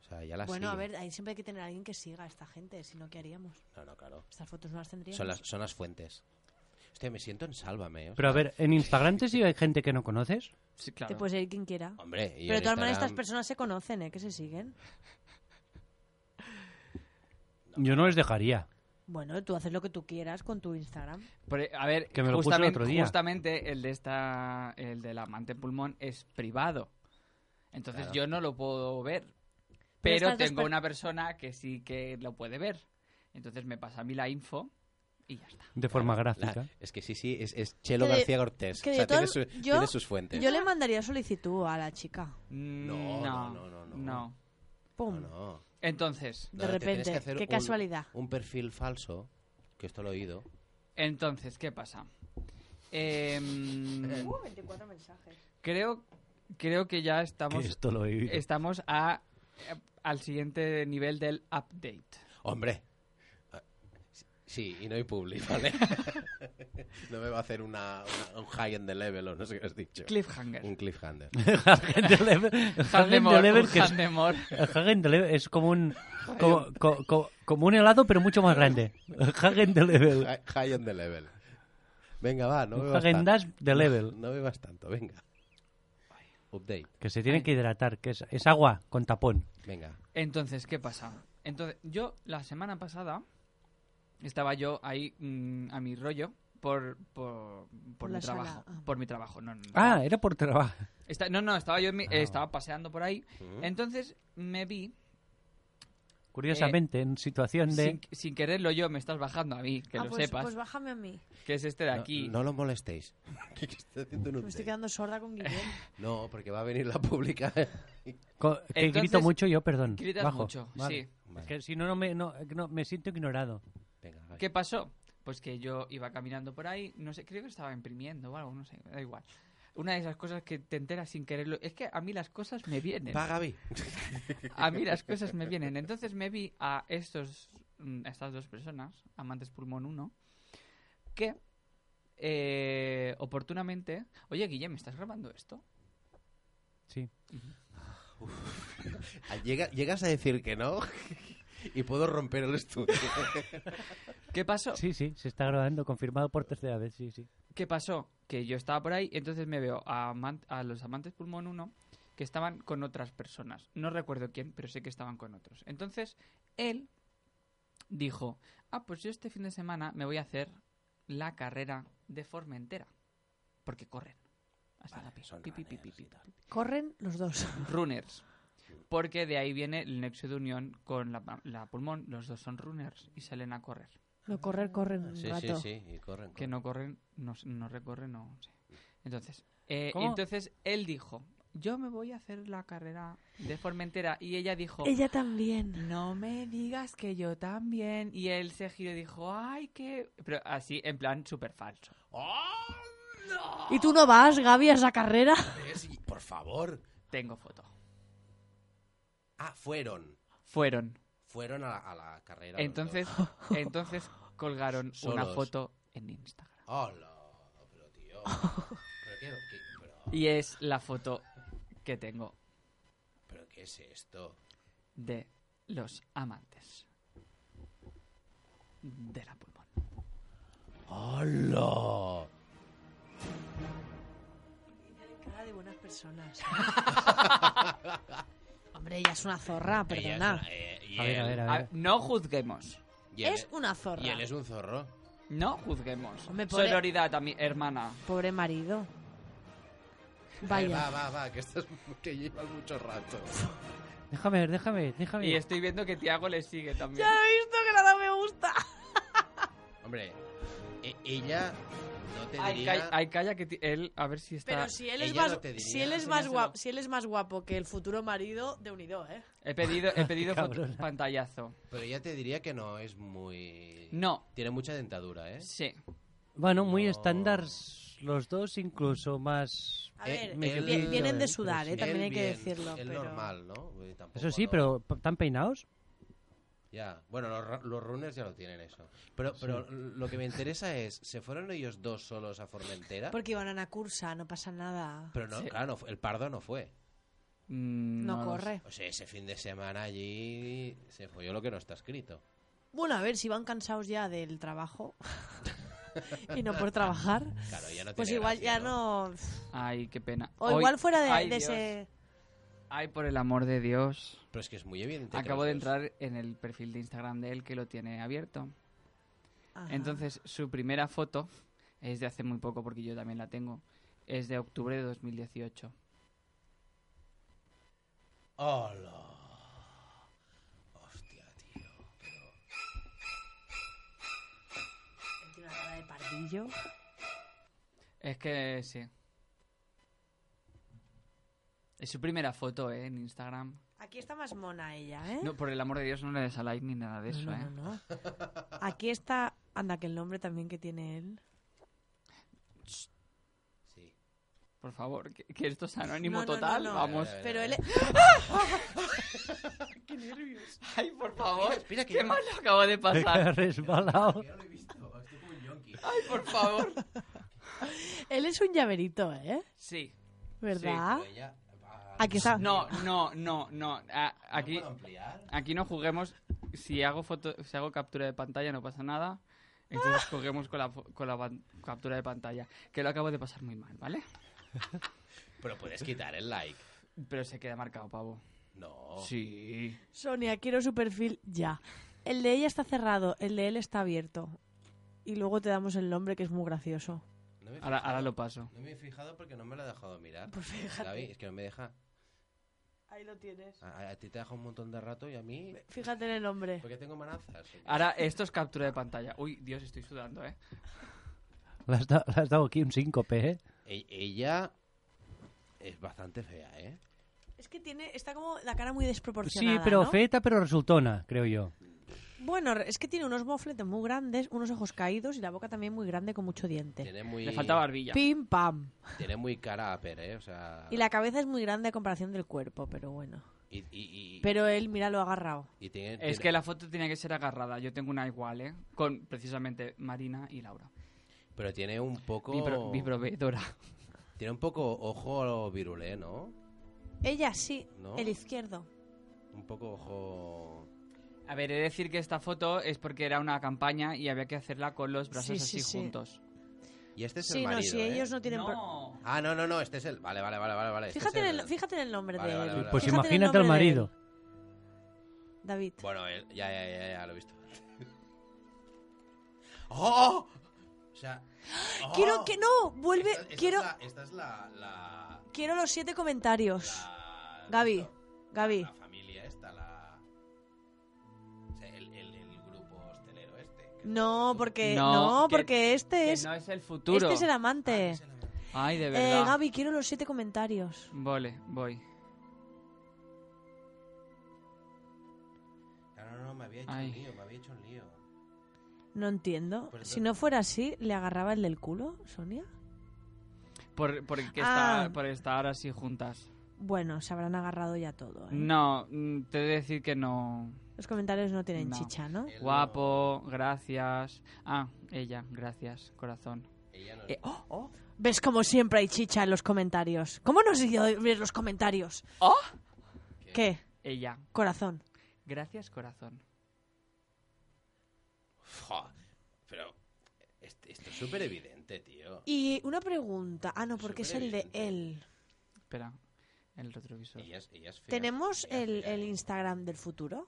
S1: O sea, ya la
S2: bueno, a
S1: sigue.
S2: ver, ahí siempre hay que tener a alguien que siga a esta gente, si no, ¿qué haríamos?
S1: No, no, claro.
S2: Estas fotos no las tendríamos.
S1: Son las, son las fuentes. Hostia, me siento en sálvame. ¿eh? O
S4: Pero a
S1: sea,
S4: ver, ¿en Instagram te sigue gente que no conoces?
S3: Sí,
S2: Te
S3: claro.
S2: puede seguir quien quiera.
S1: Hombre, y
S2: Pero de
S1: en
S2: todas maneras
S1: Instagram-
S2: estas personas se conocen, ¿eh? Que se siguen.
S4: Yo no les dejaría.
S2: Bueno, tú haces lo que tú quieras con tu Instagram.
S3: Por- a ver,
S4: Que me lo puso el
S3: justamente,
S4: otro día.
S3: justamente el de esta, el del amante pulmón es privado. Entonces
S1: Claro.
S3: yo no lo puedo ver.
S2: Pero
S3: Pero
S2: estas dos
S3: tengo
S2: per-
S3: una persona que sí que lo puede ver. Entonces me pasa a mí la info y ya está.
S4: De forma
S1: La-
S4: gráfica.
S1: es que sí, sí, es, es Chelo
S2: Que de-
S1: García Cortés.
S2: que
S1: o sea,
S2: de todo-
S1: tiene, su-
S2: yo-
S1: tiene sus fuentes.
S2: Yo le mandaría solicitud a la chica.
S1: No,
S3: No,
S1: no, no, no, no.
S2: ¡Pum!
S1: No, no.
S3: Entonces,
S1: No,
S2: De
S1: te tienes
S2: repente,
S1: que hacer
S2: qué
S1: un-
S2: casualidad.
S1: Un perfil falso, que esto lo he oído.
S3: entonces, ¿qué pasa?
S4: Eh,
S3: Em,
S2: 24 mensajes.
S3: creo, creo que ya
S4: Que
S3: estamos,
S4: esto lo he oído.
S3: estamos a, eh, al siguiente nivel del update.
S1: Hombre. Ah, Sí, y no hay public, ¿vale? no me va a hacer una, una- un high end the level o no sé qué has dicho.
S3: Cliffhanger.
S1: Un cliffhanger.
S4: Hagen de Lever- Hagen de
S3: Handemore,
S4: Lever,
S3: un
S4: que es-
S3: Handemore.
S4: el Hagen de Lever es como un como, co- co- como un helado pero mucho más grande. El Hagen de Lever.
S1: Hi- high end the level. Venga, va, no
S4: Un
S1: me vas
S4: Häagen-Dazs
S1: tanto.
S4: de level.
S1: No, no me vas tanto, venga. Update,
S4: Que se tiene que hidratar, que es, es agua con tapón.
S1: venga.
S3: Entonces, ¿qué pasa? Entonces, yo la semana pasada estaba yo ahí mm, a mi rollo por, por, por
S2: Por
S3: mi
S2: la sala,
S3: trabajo.
S2: ah.
S3: Por mi trabajo, no, no. no.
S4: Ah, era por trabajo.
S3: Esta- no, no, estaba yo en mi- eh,
S4: Ah. ¿Mm?
S3: estaba paseando por ahí. Entonces me vi,
S4: Curiosamente, en situación de...
S3: sin, sin quererlo yo, me estás bajando a mí, que
S2: Ah,
S3: lo
S2: pues,
S3: sepas,
S2: pues bájame a mí.
S3: que es este de
S1: No-
S3: aquí.
S1: No, lo molestéis. Que está haciendo un
S2: Me estoy
S1: update.
S2: quedando sorda con Guillermo.
S1: No, porque va a venir la pública.
S4: co- que
S3: Entonces,
S4: grito mucho yo, perdón.
S3: Gritas
S4: bajo.
S3: mucho,
S4: Vale.
S3: sí.
S4: Es que si no, no me, no, no, me siento ignorado.
S1: Venga, va.
S3: ¿Qué pasó? Pues que yo iba caminando por ahí, no sé, creo que estaba imprimiendo o algo, no sé, da igual. Una de esas cosas que te enteras sin quererlo. Es que a mí las cosas me vienen.
S1: Va, Gaby.
S3: A mí las cosas me vienen. Entonces me vi a estos mm, a estas dos personas, amantes pulmón 1, que eh, oportunamente... Oye, Guillem, ¿me estás grabando esto?
S4: Sí.
S1: Ah, llega- llegas a decir que no y puedo romper el estudio.
S3: ¿Qué pasó?
S4: Sí, sí, se está grabando, confirmado por tercera vez, sí, sí.
S3: ¿Qué pasó? Que yo estaba por ahí, entonces me veo a, aman- a los amantes pulmón 1 que estaban con otras personas. No recuerdo quién, pero sé que estaban con otros. Entonces, él dijo, ah, pues yo este fin de semana me voy a hacer la carrera de forma entera. Porque corren. Hasta la pi-
S1: son
S3: pi, pi, pi,
S1: runners
S3: pi,
S1: y
S3: pi,
S1: tal. Mm.
S3: pi.
S2: Corren los dos.
S3: Runners. Porque de ahí viene el nexo de unión con la, la pulmón. Los dos son runners y salen a correr.
S2: No, correr, corren un
S1: Sí, sí,
S2: rato.
S1: sí, y corren.
S3: que
S1: corren.
S3: no corren, no, s- no recorren, no sé. Entonces, eh,
S4: ¿Cómo?
S3: entonces él dijo, yo me voy a hacer la carrera de Formentera. Y ella dijo,
S2: Ella también.
S3: no me digas que yo también. Y él se giró y dijo, ay, que... Pero así, en plan súper falso.
S1: ¡Oh,
S2: ¿Y tú no vas, Gaby, a esa carrera?
S1: Es- y- Por favor.
S3: Tengo foto.
S1: Ah, fueron.
S3: Fueron.
S1: Fueron a la, a la carrera. los
S3: Entonces,
S1: dos.
S3: entonces colgaron una
S1: Solos.
S3: foto en Instagram.
S1: Hola, pero tío. ¿Pero qué, qué- pero-
S3: Y es la foto que tengo
S1: pero qué es esto?
S3: de los amantes de la pulmón.
S1: ¡Hola!
S2: Cara de buenas personas. Hombre, ella es una zorra,
S1: Ella es
S2: perdona.
S1: una- eh, y
S4: A ver,
S1: él-
S4: a ver, a
S3: A-
S4: ver.
S3: Ah, no juzguemos.
S1: y él-
S2: Es una zorra.
S1: Y él es un zorro.
S3: No juzguemos.
S2: Hombre, pobre-
S3: Sororidad a mi hermana.
S2: Pobre marido.
S1: Eh, va,
S2: Vaya.
S1: va, va, que, estás, que llevas mucho rato.
S4: Déjame ver, déjame ver, déjame
S3: Y
S4: ver.
S3: estoy viendo que Tiago le sigue también.
S2: he visto que la da me gusta.
S1: Hombre, e- ella no te
S3: Ay,
S1: diría...
S3: calla, ay, calla, que ti- él, a ver si está.
S2: Pero si él es
S1: Ella
S2: más,
S1: no te diría.
S2: si él es más
S3: Enséñaselo.
S2: guapo, si él es más guapo que el futuro marido de Unido, ¿eh?
S3: He pedido, he pedido fo-
S4: Cabrona.
S3: pantallazo.
S1: Pero ella te diría que no es muy...
S3: No,
S1: Tiene mucha dentadura, ¿eh?
S3: sí.
S4: Bueno, muy
S1: No.
S4: estándar s- los dos incluso más...
S2: A
S1: Eh,
S2: ver,
S1: él-
S2: vi- vienen de
S4: él-
S2: sudar, ¿eh?
S4: él
S2: también hay que
S1: pues bien,
S2: decirlo.
S1: él
S2: pero...
S1: normal, ¿no? Eh, tampoco
S4: Eso sí,
S1: no-
S4: pero ¿tan peinados?
S1: Ya, bueno, los, ra- los runners ya lo tienen eso. Pero, pero lo que me interesa es, ¿se fueron ellos dos solos a Formentera?
S2: Porque iban a una cursa, no pasa nada.
S1: Pero no,
S3: Sí.
S1: claro, no fu- el pardo no fue.
S3: Mm,
S2: no,
S3: lo
S2: corre.
S3: sé.
S1: O sea, Pues ese fin de semana allí se folló lo que no está escrito.
S2: Bueno, a ver, si van cansados ya del trabajo y no por trabajar,
S1: Claro, ya no tiene
S2: pues igual
S1: gracia,
S2: ya no...
S3: Ay, qué pena.
S2: O
S3: Hoy-
S2: igual fuera de,
S3: ay,
S2: de
S3: Dios.
S2: ese...
S3: Ay, por el amor de Dios.
S1: Pero es que es muy evidente. que
S3: Acabo
S1: los
S3: de
S1: dos-
S3: entrar en el perfil de Instagram de él que lo tiene abierto.
S2: Ajá.
S3: Entonces, su primera foto es de hace muy poco, porque yo también la tengo. Es de octubre de 2018.
S1: ¡Hola! Hostia, tío.
S2: Tiene una cara de pardillo.
S3: Es que sí. Es su primera foto, ¿eh? En Instagram.
S2: Aquí está más mona ella, ¿eh?
S3: No, por el amor de Dios, no le des a like ni nada de eso,
S2: no,
S3: ¿eh?
S2: no, no. Aquí está... Anda, que el nombre también que tiene él.
S1: Sí.
S3: Por favor, que, que esto es anónimo
S2: No, no, no,
S3: total.
S2: no. Eh,
S3: Vamos.
S1: A ver, a ver,
S2: Pero
S1: a
S2: él...
S1: ver.
S3: Ay, por favor.
S1: Espera, que
S3: Qué
S1: yo-
S3: mal lo acabo de pasar.
S4: Resbalado.
S1: Ya lo he visto. Estoy como un yonki.
S3: Ay, por favor.
S2: Él es un llaverito, ¿eh?
S3: Sí.
S2: ¿Verdad?
S1: Pero ella- ah,
S2: Aquí está.
S3: No, no, no, no. A-
S1: ¿no
S3: aquí,
S1: puedo ampliar?
S3: aquí no juguemos. Si hago foto, si hago captura de pantalla no pasa nada. Entonces juguemos con la, fo- con la pan- captura de pantalla. Que lo acabo de pasar muy mal, ¿vale?
S1: Pero puedes quitar el like.
S3: Pero se queda marcado, pavo.
S1: No.
S3: Sí.
S2: Sonia, quiero su perfil ya. El de ella está cerrado, el de él está abierto. Y luego te damos el nombre que es muy gracioso.
S1: No me he
S3: Ahora,
S1: fijado.
S3: ahora lo paso.
S1: No me he fijado porque no me lo ha dejado mirar.
S2: Pues fíjate.
S1: Gaby, es que no me deja.
S2: Ahí lo tienes.
S1: A, a- a ti te deja un montón de rato y a mí.
S2: Fíjate en el nombre.
S1: Porque tengo manazas.
S3: Ahora esto es captura de pantalla. Uy, Dios, estoy sudando, ¿eh?
S4: Le has, da- le has dado aquí un síncope, ¿eh?
S1: E- ella es bastante fea, ¿eh?
S2: Es que tiene, está como la cara muy
S4: Sí,
S2: desproporcionada.
S4: pero
S2: ¿no?
S4: feta, pero resultona, creo yo.
S2: Bueno, es que tiene unos mofletes muy grandes, unos ojos caídos y la boca también muy grande con mucho diente.
S1: Tiene muy,
S3: Le falta barbilla.
S2: Pim pam.
S1: tiene muy cara a Per, ¿eh? O sea.
S2: Y la cabeza es muy grande a comparación del cuerpo, pero bueno.
S1: y- y- y-
S2: Pero él, mira, lo ha agarrado.
S1: y tiene-
S3: Es
S1: tiene-
S3: que la foto tenía que ser agarrada. Yo tengo una igual, ¿eh? Con precisamente Marina y Laura.
S1: Pero tiene un poco.
S3: Mi, pro- mi proveedora.
S1: Tiene un poco ojo virulé, ¿no?
S2: Ella sí,
S1: ¿No?
S2: el izquierdo.
S1: Un poco ojo.
S3: A ver, he de decir que esta foto es porque era una campaña y había que hacerla con los
S2: Sí,
S3: brazos
S2: sí,
S3: así
S2: sí.
S3: juntos.
S1: Y este es
S2: Sí,
S1: el marido.
S2: no, si
S1: ¿eh?
S2: ellos no tienen... pro-
S1: Ah, no, no, no, este es el. Vale, vale, vale, vale. vale. este
S2: Fíjate,
S1: es
S2: en el, fíjate en el nombre
S1: Vale,
S2: de
S1: vale,
S2: él.
S1: vale,
S4: Pues
S1: vale.
S2: Fíjate en
S4: imagínate al
S2: nombre de él,
S4: marido.
S2: David.
S1: Bueno, él- ya, ya, ya, ya, lo he visto. ¡Oh! O sea. ¡oh!
S2: Quiero que no, vuelve,
S1: Esta, esta
S2: quiero
S1: Es la, esta es la. la,
S2: quiero los siete comentarios.
S1: la-
S2: Gaby,
S1: esto,
S2: Gaby.
S1: La familia esta, la. O sea, el, el, el grupo hostelero este. que-
S2: No, porque no,
S3: No, que-
S2: porque este
S3: Que
S2: es
S3: no es el futuro.
S2: este es el
S1: Ah,
S2: amante.
S1: Es el amante.
S3: Ay, de
S2: Eh,
S3: verdad.
S2: Gaby, quiero los siete comentarios.
S3: Vale, voy.
S1: Claro, no, no, me había hecho
S3: Ay.
S1: un lío, me había hecho un lío.
S2: No entiendo.
S1: Pues
S2: Si
S1: no-
S2: no fuera así, le agarraba el del culo, Sonia.
S3: Por, por, que
S2: Ah.
S3: está- por estar así juntas.
S2: Bueno, se habrán agarrado ya todo. ¿eh?
S3: No, mm, te he de decir que no.
S2: Los comentarios no tienen
S3: No.
S2: chicha, ¿no?
S1: Él no-
S3: Guapo, gracias. Ah, ella, gracias, corazón.
S1: ella no-
S3: Eh, oh, oh.
S2: Ves como siempre hay chicha en los comentarios. ¿Cómo no has ido a ver los comentarios?
S3: Oh.
S1: Eh.
S2: ¿Qué?
S3: Ella,
S2: Corazón.
S3: gracias, corazón.
S1: Fua, pero. este- esto es súper evidente, tío.
S2: Y una pregunta. Ah, no, porque es el de
S1: Superviviente.
S2: él.
S3: Espera, el retrovisor.
S1: Ella es, ella es fea.
S2: ¿Tenemos
S1: Ella es
S2: el,
S1: fea. eh.
S2: el Instagram del futuro?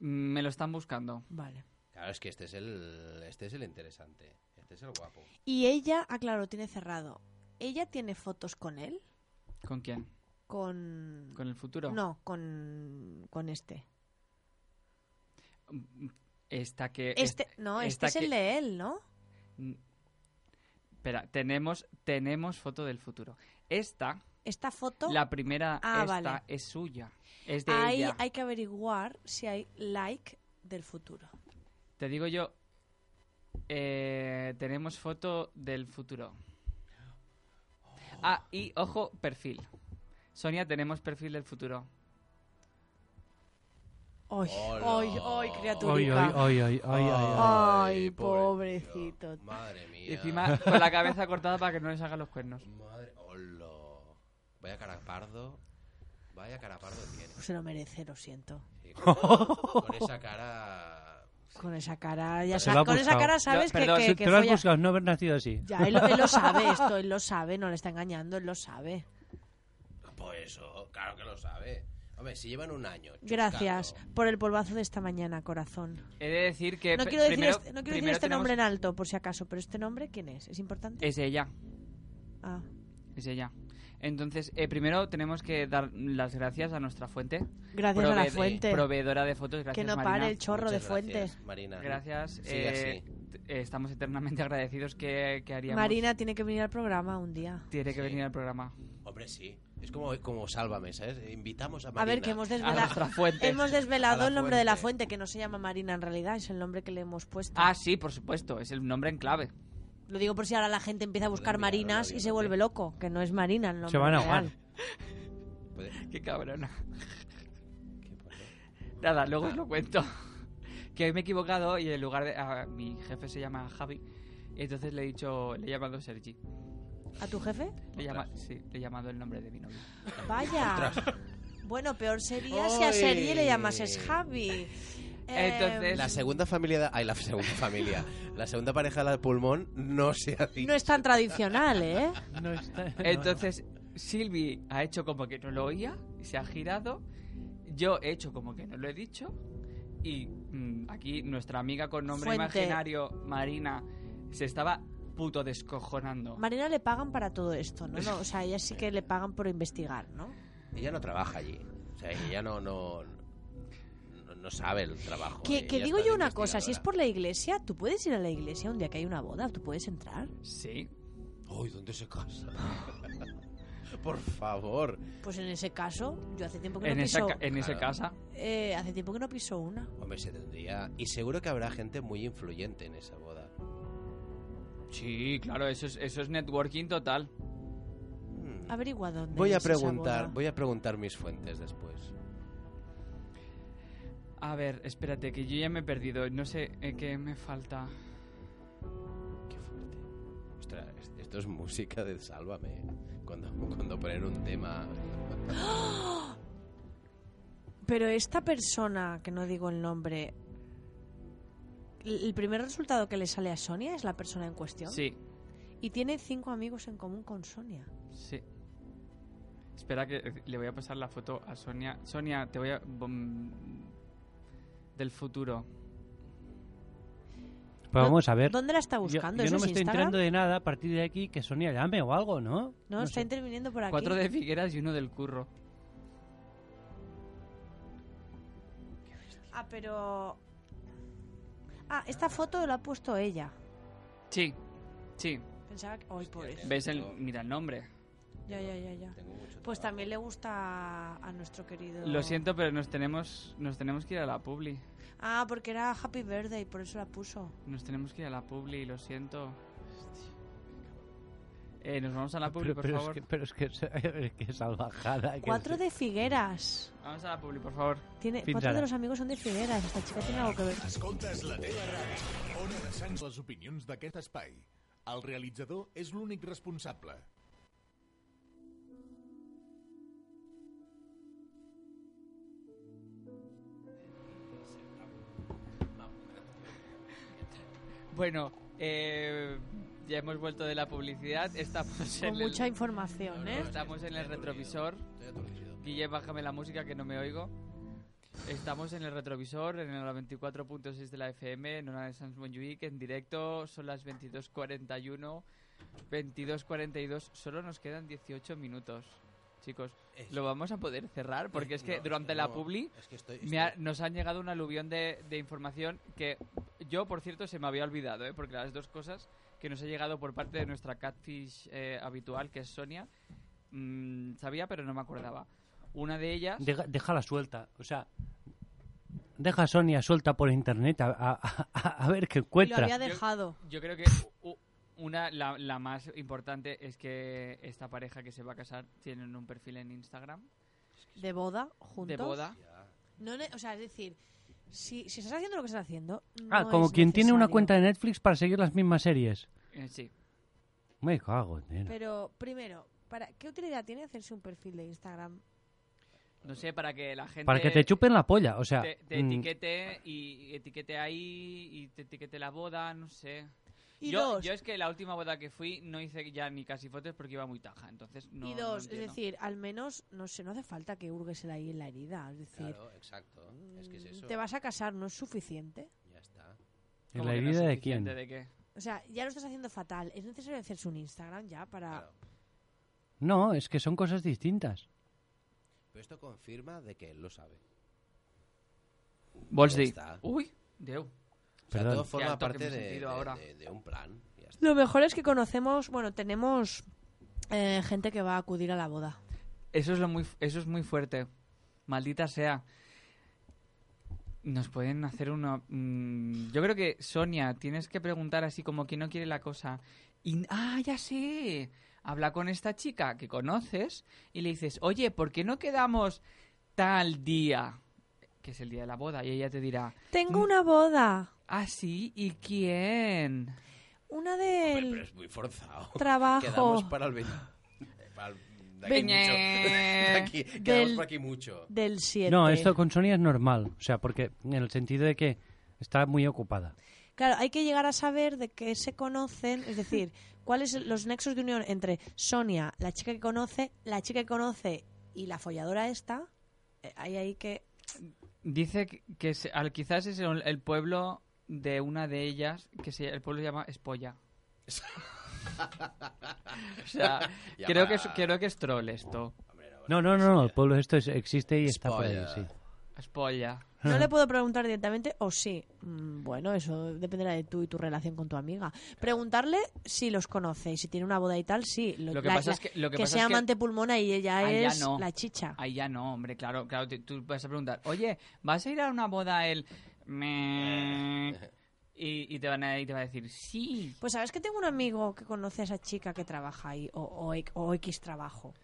S3: Mm, Me lo están buscando.
S2: Vale.
S1: Claro, es que este es el este es el interesante, este es el guapo.
S2: Y ella, ah, claro, lo tiene cerrado. ¿Ella tiene fotos con él?
S3: ¿Con quién?
S2: Con...
S3: ¿Con el futuro?
S2: No, con, con este.
S3: Mm, Esta que.
S2: Este, no, este
S3: Eh, esta
S2: es el
S3: que-
S2: de él, ¿no?
S3: Mm. Espera, tenemos, tenemos foto del futuro. Esta,
S2: Esta foto,
S3: la primera,
S2: Ah,
S3: esta
S2: vale.
S3: es suya. Es de
S2: ahí
S3: ella.
S2: hay que averiguar si hay like del futuro.
S3: Te digo yo, eh, tenemos foto del futuro. Ah, y ojo, perfil. Sonia, tenemos perfil del futuro.
S2: Ay,
S1: Hola.
S2: ay, ay,
S4: Oy, oy,
S2: criaturica.
S4: oy, oy, oy, oy,
S2: Oh,
S4: oy.
S2: Ay,
S1: pobrecito.
S2: pobrecito.
S1: Madre mía.
S3: Y encima con la cabeza cortada para que no le salgan los cuernos.
S1: Madre. Hola. Vaya carapardo. Vaya carapardo tiene.
S2: Se lo merece, lo siento.
S1: Sí, con, con esa cara.
S2: Con esa cara, ya
S4: Se
S2: sa-
S4: lo ha
S2: con esa
S4: buscado.
S2: cara sabes
S3: Yo-
S2: que,
S3: perdón,
S2: que,
S4: Te-
S2: que
S4: Te lo has
S2: folla-
S4: buscado, no haber nacido así.
S2: Ya, él, él lo sabe esto, él lo sabe, no le está engañando, él lo sabe.
S1: Pues eso, claro que lo sabe. Hombre, si llevan un año. chuscando.
S2: Gracias por el polvazo de esta mañana, corazón.
S3: He de decir que.
S2: No
S3: pe-
S2: quiero decir
S3: Eh, primero-
S2: este, no quiero decir
S3: primero
S2: este
S3: tenemos-
S2: nombre en alto, por si acaso, pero este nombre, ¿quién es? ¿Es importante?
S3: Es ella. Eh,
S2: Ah,
S3: Es ella. Entonces, eh, primero tenemos que dar las gracias a nuestra fuente.
S2: gracias a la
S3: Prove-
S2: fuente.
S3: Proveedora de fotos. Gracias,
S2: Que no
S3: Marina.
S2: pare el chorro de
S1: Muchas
S2: fuente.
S1: gracias, Marina.
S3: Gracias.
S1: Sigue
S3: eh, t- eh, estamos eternamente agradecidos que, que haríamos.
S2: Marina tiene que venir al programa un día.
S3: Tiene que
S1: Sí.
S3: venir al programa.
S1: Hombre, sí. Es como, como sálvame, ¿sabes? Invitamos a
S2: A
S1: Marina.
S2: ver, que hemos
S3: A nuestra
S2: desvelado.
S3: fuente.
S2: Hemos desvelado
S1: A la
S2: el nombre de la
S1: fuente.
S2: fuente, que no se llama Marina en realidad, es el nombre que le hemos puesto.
S3: Ah, sí, por supuesto. Es el nombre en clave.
S2: Lo digo por si ahora la gente empieza a buscar
S1: Podemos mirarlo,
S2: Marinas y se
S1: obviamente.
S2: vuelve loco, que no es Marina el nombre
S4: Se van a ahogar.
S2: real.
S1: Puede-
S3: Qué cabrona.
S1: Ah, pues, ¿qué pasó?
S3: Nada, luego os lo cuento. Que hoy me he equivocado y en lugar de. ah, mi jefe se llama Javi. Y entonces le he dicho. Le he llamado Sergi.
S2: ¿A tu jefe?
S3: Le, he llama- sí, le he llamado el nombre de mi novio.
S2: Vaya. Bueno, peor sería si a Sergi le llamases
S1: Oy.
S2: Javi. Em, Eh,
S3: Entonces-
S1: La segunda familia. de- Ay, la segunda familia. La segunda pareja de la pulmón no se ha dicho.
S2: No es tan tradicional, ¿eh?
S4: No está- no.
S3: Entonces, Silvi ha hecho como que no lo oía y se ha girado. Yo he hecho como que no lo he dicho. Y mm, aquí nuestra amiga con nombre
S2: Fuente.
S3: imaginario, Marina, se estaba puto descojonando.
S2: Marina le pagan para todo esto, ¿no? No, O sea, ella sí que le pagan por investigar, ¿no?
S1: Ella no trabaja allí. O sea, ella no, no, no, no sabe el trabajo.
S2: Que,
S1: Ella
S2: que
S1: está
S2: digo
S1: de
S2: yo una cosa, si es
S1: investigadora.
S2: por la iglesia, tú puedes ir a la iglesia un día que hay una boda, tú puedes entrar.
S3: Sí.
S1: Uy, ¿dónde se casa? por favor.
S2: Pues en ese caso, yo hace tiempo que
S3: En
S2: no
S3: esa,
S2: piso,
S3: ca- en esa
S1: Claro.
S3: casa.
S2: eh, hace tiempo que no piso una.
S1: Hombre, se tendría... Y seguro que habrá gente muy influyente en esa boda.
S3: Sí, claro, eso es, eso es networking total.
S1: Hmm.
S2: Averigua dónde.
S1: Voy a
S2: es esa
S1: preguntar,
S2: boda.
S1: voy a preguntar mis fuentes después.
S3: A ver, espérate, que yo ya me he perdido. No sé eh, qué me falta.
S1: Qué fuerte. Ostras, es- esto es música de Sálvame. Cuando, cuando ponen un tema...
S2: ¡Ah! Pero esta persona, que no digo el nombre, l- el primer resultado que le sale a Sonia es la persona en cuestión.
S3: Sí,
S2: Y tiene cinco amigos en común con Sonia.
S3: Sí. Espera que eh, le voy a pasar la foto a Sonia. Sonia, te voy a... bom- del futuro.
S4: Pero vamos a ver.
S2: ¿Dónde la está
S4: Yo-
S2: buscando?
S4: Yo,
S2: ¿Eso
S4: no me
S2: es
S4: estoy
S2: Instagram?
S4: enterando de nada a partir de aquí que Sonia llame o algo, ¿no?
S2: No, está
S4: sé.
S2: interviniendo por aquí.
S3: Cuatro de Figueras y uno del curro.
S2: Ah, pero... Ah, esta foto la ha puesto ella.
S3: Sí, sí.
S2: Pensaba que... Ay, por eso.
S3: ¿Ves el... Mira el nombre.
S2: Ya, ya, ya, ya.
S1: Tengo mucho
S2: Pues
S1: trabajo.
S2: también le gusta a nuestro querido...
S3: Lo siento, pero nos tenemos, nos tenemos que ir a la publi.
S2: Ah, porque era Happy Birthday, por eso la puso.
S3: Nos tenemos que ir a la publi, lo siento. Eh, nos vamos a la publi,
S4: pero,
S3: por
S4: pero
S3: favor.
S4: Es que, pero es que, es que salvajada. que
S2: Cuatro
S4: es-
S2: de Figueras.
S3: Vamos a la publi, por favor.
S2: Tiene,
S4: Fin
S2: cuatro
S4: rara.
S2: de los amigos son de Figueras. Esta chica tiene algo que ver.
S5: Escoltes la teva ràdio, on descens les opinions d'aquest espai. El realitzador és l'únic responsable.
S3: Bueno, eh, ya hemos vuelto de la publicidad. Estamos en
S2: Con
S3: el-
S2: mucha información, ¿eh?
S3: Estamos en el retrovisor.
S1: Estoy aturdido.
S3: Guille, bájame la música que no me oigo. Estamos en el retrovisor, en el 94.6 de la FM, en una de Sans Montjuic, en directo, son las 22.41, 22.42, solo nos quedan 18 minutos. Chicos,
S1: Es-
S3: lo vamos a poder cerrar porque es que
S1: No,
S3: durante la
S1: no,
S3: publi
S1: es que estoy-
S3: me ha-
S1: estoy-
S3: nos han llegado un aluvión de, de información que yo, por cierto, se me había olvidado, ¿eh? porque las dos cosas que nos ha llegado por parte de nuestra catfish eh, habitual, que es Sonia, mm, sabía, pero no me acordaba. Una de ellas,
S4: Deja- déjala suelta. O sea, deja a Sonia suelta por internet a, a- a- a ver qué
S2: Y lo
S4: encuentra.
S2: había dejado.
S3: yo creo que u- Una, la, la más importante es que esta pareja que se va a casar tienen un perfil en Instagram
S2: De boda, juntos.
S3: de boda.
S2: No, ne- o sea, es decir, si, si estás haciendo lo que estás haciendo.
S4: Ah,
S2: no
S4: como
S2: es
S4: quien tiene una
S2: necesario.
S4: cuenta de Netflix para seguir las mismas series.
S3: Eh, sí.
S4: Me cago, nena.
S2: Pero primero, ¿para ¿qué utilidad tiene hacerse un perfil de Instagram?
S3: No sé, para que la gente...
S4: Para que te chupen la polla, o sea...
S3: Te, te
S4: mm,
S3: etiquete y, y etiquete ahí y te etiquete la boda, no sé.
S2: Y
S3: yo,
S2: dos,
S3: yo es que la última boda que fui no hice ya ni casi fotos porque iba muy taja, entonces no...
S2: y
S3: no
S2: dos es
S3: entiendo.
S2: decir, al menos, no sé, no hace falta que hurgues el ahí en la herida. Es decir,
S1: Claro, exacto. Es que es
S2: mm,
S1: eso.
S2: te vas a casar, no es suficiente.
S1: Ya está.
S4: ¿En
S3: Como
S4: la
S3: que no
S4: herida
S3: es
S4: de quién?
S3: suficiente, ¿De qué?
S2: O sea, ya lo estás haciendo fatal. Es necesario hacerse un Instagram ya para.
S1: Claro.
S4: No, es que son cosas distintas.
S1: Pero esto confirma de que él lo sabe.
S3: Bols
S1: Ya
S3: Day.
S1: está.
S3: Uy, Deu.
S1: O sea,
S4: Perdón.
S1: todo
S4: Qué
S1: forma
S3: alto que me
S1: parte
S3: he
S1: de,
S3: sentido
S1: de-
S3: ahora.
S1: de- de un plan. Ya está.
S2: Lo mejor es que conocemos, bueno, tenemos eh, gente que va a acudir a la boda.
S3: Eso es, lo muy, eso es muy fuerte. Maldita sea. Nos pueden hacer una... mm, yo creo que, Sonia, tienes que preguntar así como que no quiere la cosa. Y, ah, ya sé. Habla con esta chica que conoces y le dices, oye, ¿por qué no quedamos tal día? Que es el día de la boda. Y ella te dirá,
S2: Tengo
S3: Mm.
S2: una boda.
S3: ah, sí, ¿y quién?
S2: Una
S1: Hombre, pero
S2: del
S1: es muy forzado.
S2: trabajo.
S1: Quedamos para el 20. para el- de aquí
S3: Veñe.
S1: mucho. De aquí- Quedamos
S2: Del-
S1: por aquí mucho.
S2: Del 7.
S4: No, esto con Sonia es normal, o sea, porque en el sentido de que está muy ocupada.
S2: Claro, hay que llegar a saber de qué se conocen, es decir, cuáles son los nexos de unión entre Sonia, la chica que conoce, la chica que conoce y la folladora esta. Eh, Hay ahí que
S3: Dice que, que se- al- quizás es el, el pueblo de una de ellas, que se, el pueblo se llama Espolla. o sea,
S1: Ya
S3: creo,
S1: para-
S3: que es, creo que es troll esto.
S1: Hombre, no,
S4: No, no, no, no, el pueblo esto es- existe y está por ahí,
S1: Spoiler.
S4: sí.
S3: Espolla.
S2: no le puedo preguntar directamente o sí. Mm, Bueno, eso dependerá de tú y tu relación con tu amiga. Preguntarle si los conoce y si tiene una boda y tal, sí.
S3: Lo que
S2: la-
S3: pasa
S2: la-
S3: es que- lo que pasa
S2: sea
S3: es que-
S2: amante pulmona y ella
S3: Ah, ya
S2: es
S3: no.
S2: la chicha.
S3: Ahí ya no, hombre, claro, claro, te- tú vas a preguntar, oye, ¿vas a ir a una boda el... me- Y, y te van a, y te va a decir, sí.
S2: Pues sabes que tengo un amigo que conoce a esa chica que trabaja ahí o, o X- o X trabajo.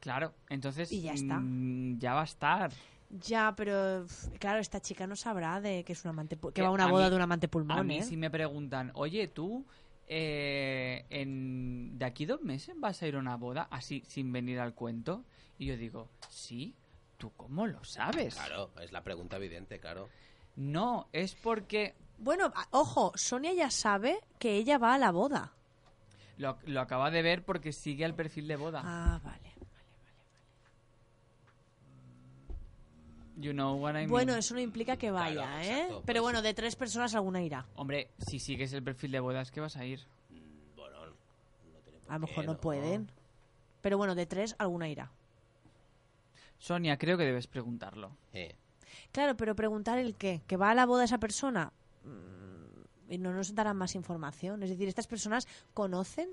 S3: Claro, entonces
S2: Y ya está.
S3: mm, ya va a estar.
S2: Ya, pero pf, claro, esta chica no sabrá de que es un amante pu- que
S3: Eh,
S2: va a una
S3: a
S2: boda
S3: mí-
S2: de un amante pulmón,
S3: A mí
S2: ¿eh?
S3: si me preguntan, oye, tú, eh, en, de aquí dos meses vas a ir a una boda así sin venir al cuento. Y yo digo, sí, ¿tú cómo lo sabes?
S1: Claro, es la pregunta evidente, claro.
S3: No, es porque
S2: Bueno, a- ojo, Sonia ya sabe que ella va a la boda.
S3: lo, lo acaba de ver porque sigue al perfil de boda.
S2: Ah, vale.
S3: You know what I mean.
S2: Bueno, eso no implica que vaya,
S1: Claro,
S2: ¿eh?
S1: exacto,
S2: pero
S1: pues
S2: bueno, de tres personas alguna irá.
S3: Hombre, si sigues el perfil de boda es que vas a ir.
S1: Mm, Bueno, no tiene por
S2: A lo
S1: qué,
S2: mejor no pueden. Pero bueno, de tres alguna irá.
S3: Sonia, creo que debes preguntarlo.
S1: Eh,
S2: Claro, pero preguntar el qué, que va a la boda esa persona Mm, y no nos darán más información. Es decir, estas personas conocen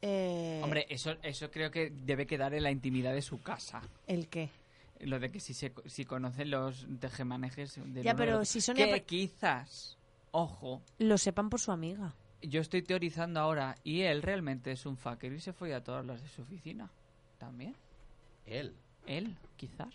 S2: eh,
S3: Hombre, eso, eso creo que debe quedar en la intimidad de su casa.
S2: el qué.
S3: Lo de que si, se, si conocen los tejemanejes del
S2: Ya,
S3: uno al
S2: pero
S3: otro.
S2: si Sonia
S3: Que
S2: pre-
S3: quizás, ojo,
S2: Lo sepan por su amiga.
S3: yo estoy teorizando ahora y él realmente es un fucker y se fue a todas las de su oficina. También.
S1: él,
S3: Él, quizás.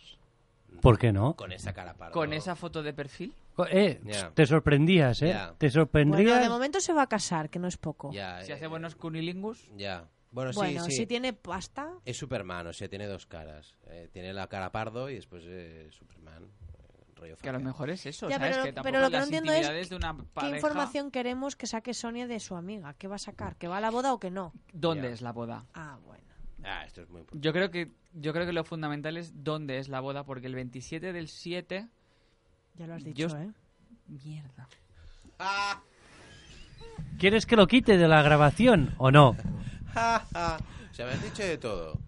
S4: ¿Por qué no?
S1: con esa cara parda.
S3: Con esa foto de perfil.
S4: Co- Eh,
S1: Ya.
S4: te sorprendías, ¿eh?
S1: Ya.
S4: Te
S2: Bueno, de
S4: sorprendías.
S2: momento se va a casar, que no es poco.
S1: Ya,
S3: Si
S1: eh,
S3: hace buenos cunilingus.
S1: Ya. Bueno,
S2: bueno,
S1: sí, sí.
S2: si tiene pasta,
S1: Es Superman, o sea, tiene dos caras. Eh, tiene la cara pardo y después eh, Superman. eh, rollo
S3: Que a lo
S1: fucker.
S3: mejor es eso,
S2: Ya,
S3: ¿sabes?
S2: pero-
S3: que tampoco
S2: pero lo que no
S3: las
S2: entiendo es
S3: intimidades de una
S2: ¿qué
S3: pareja-
S2: información queremos que saque Sonia de su amiga? ¿Qué va a sacar? ¿Que va a la boda o que no?
S3: ¿Dónde
S1: Ya.
S3: es la boda?
S2: Ah, bueno.
S1: Ah, esto es muy importante.
S3: Yo creo que yo creo que lo fundamental es dónde es la boda, porque el 27 del 7...
S2: Ya lo has
S3: Yo
S2: dicho,
S3: est-
S2: ¿eh?
S3: Mierda.
S1: Ah,
S4: ¿Quieres que lo quite de la grabación o no?
S1: Ja, ja. o sea, me has dicho de todo.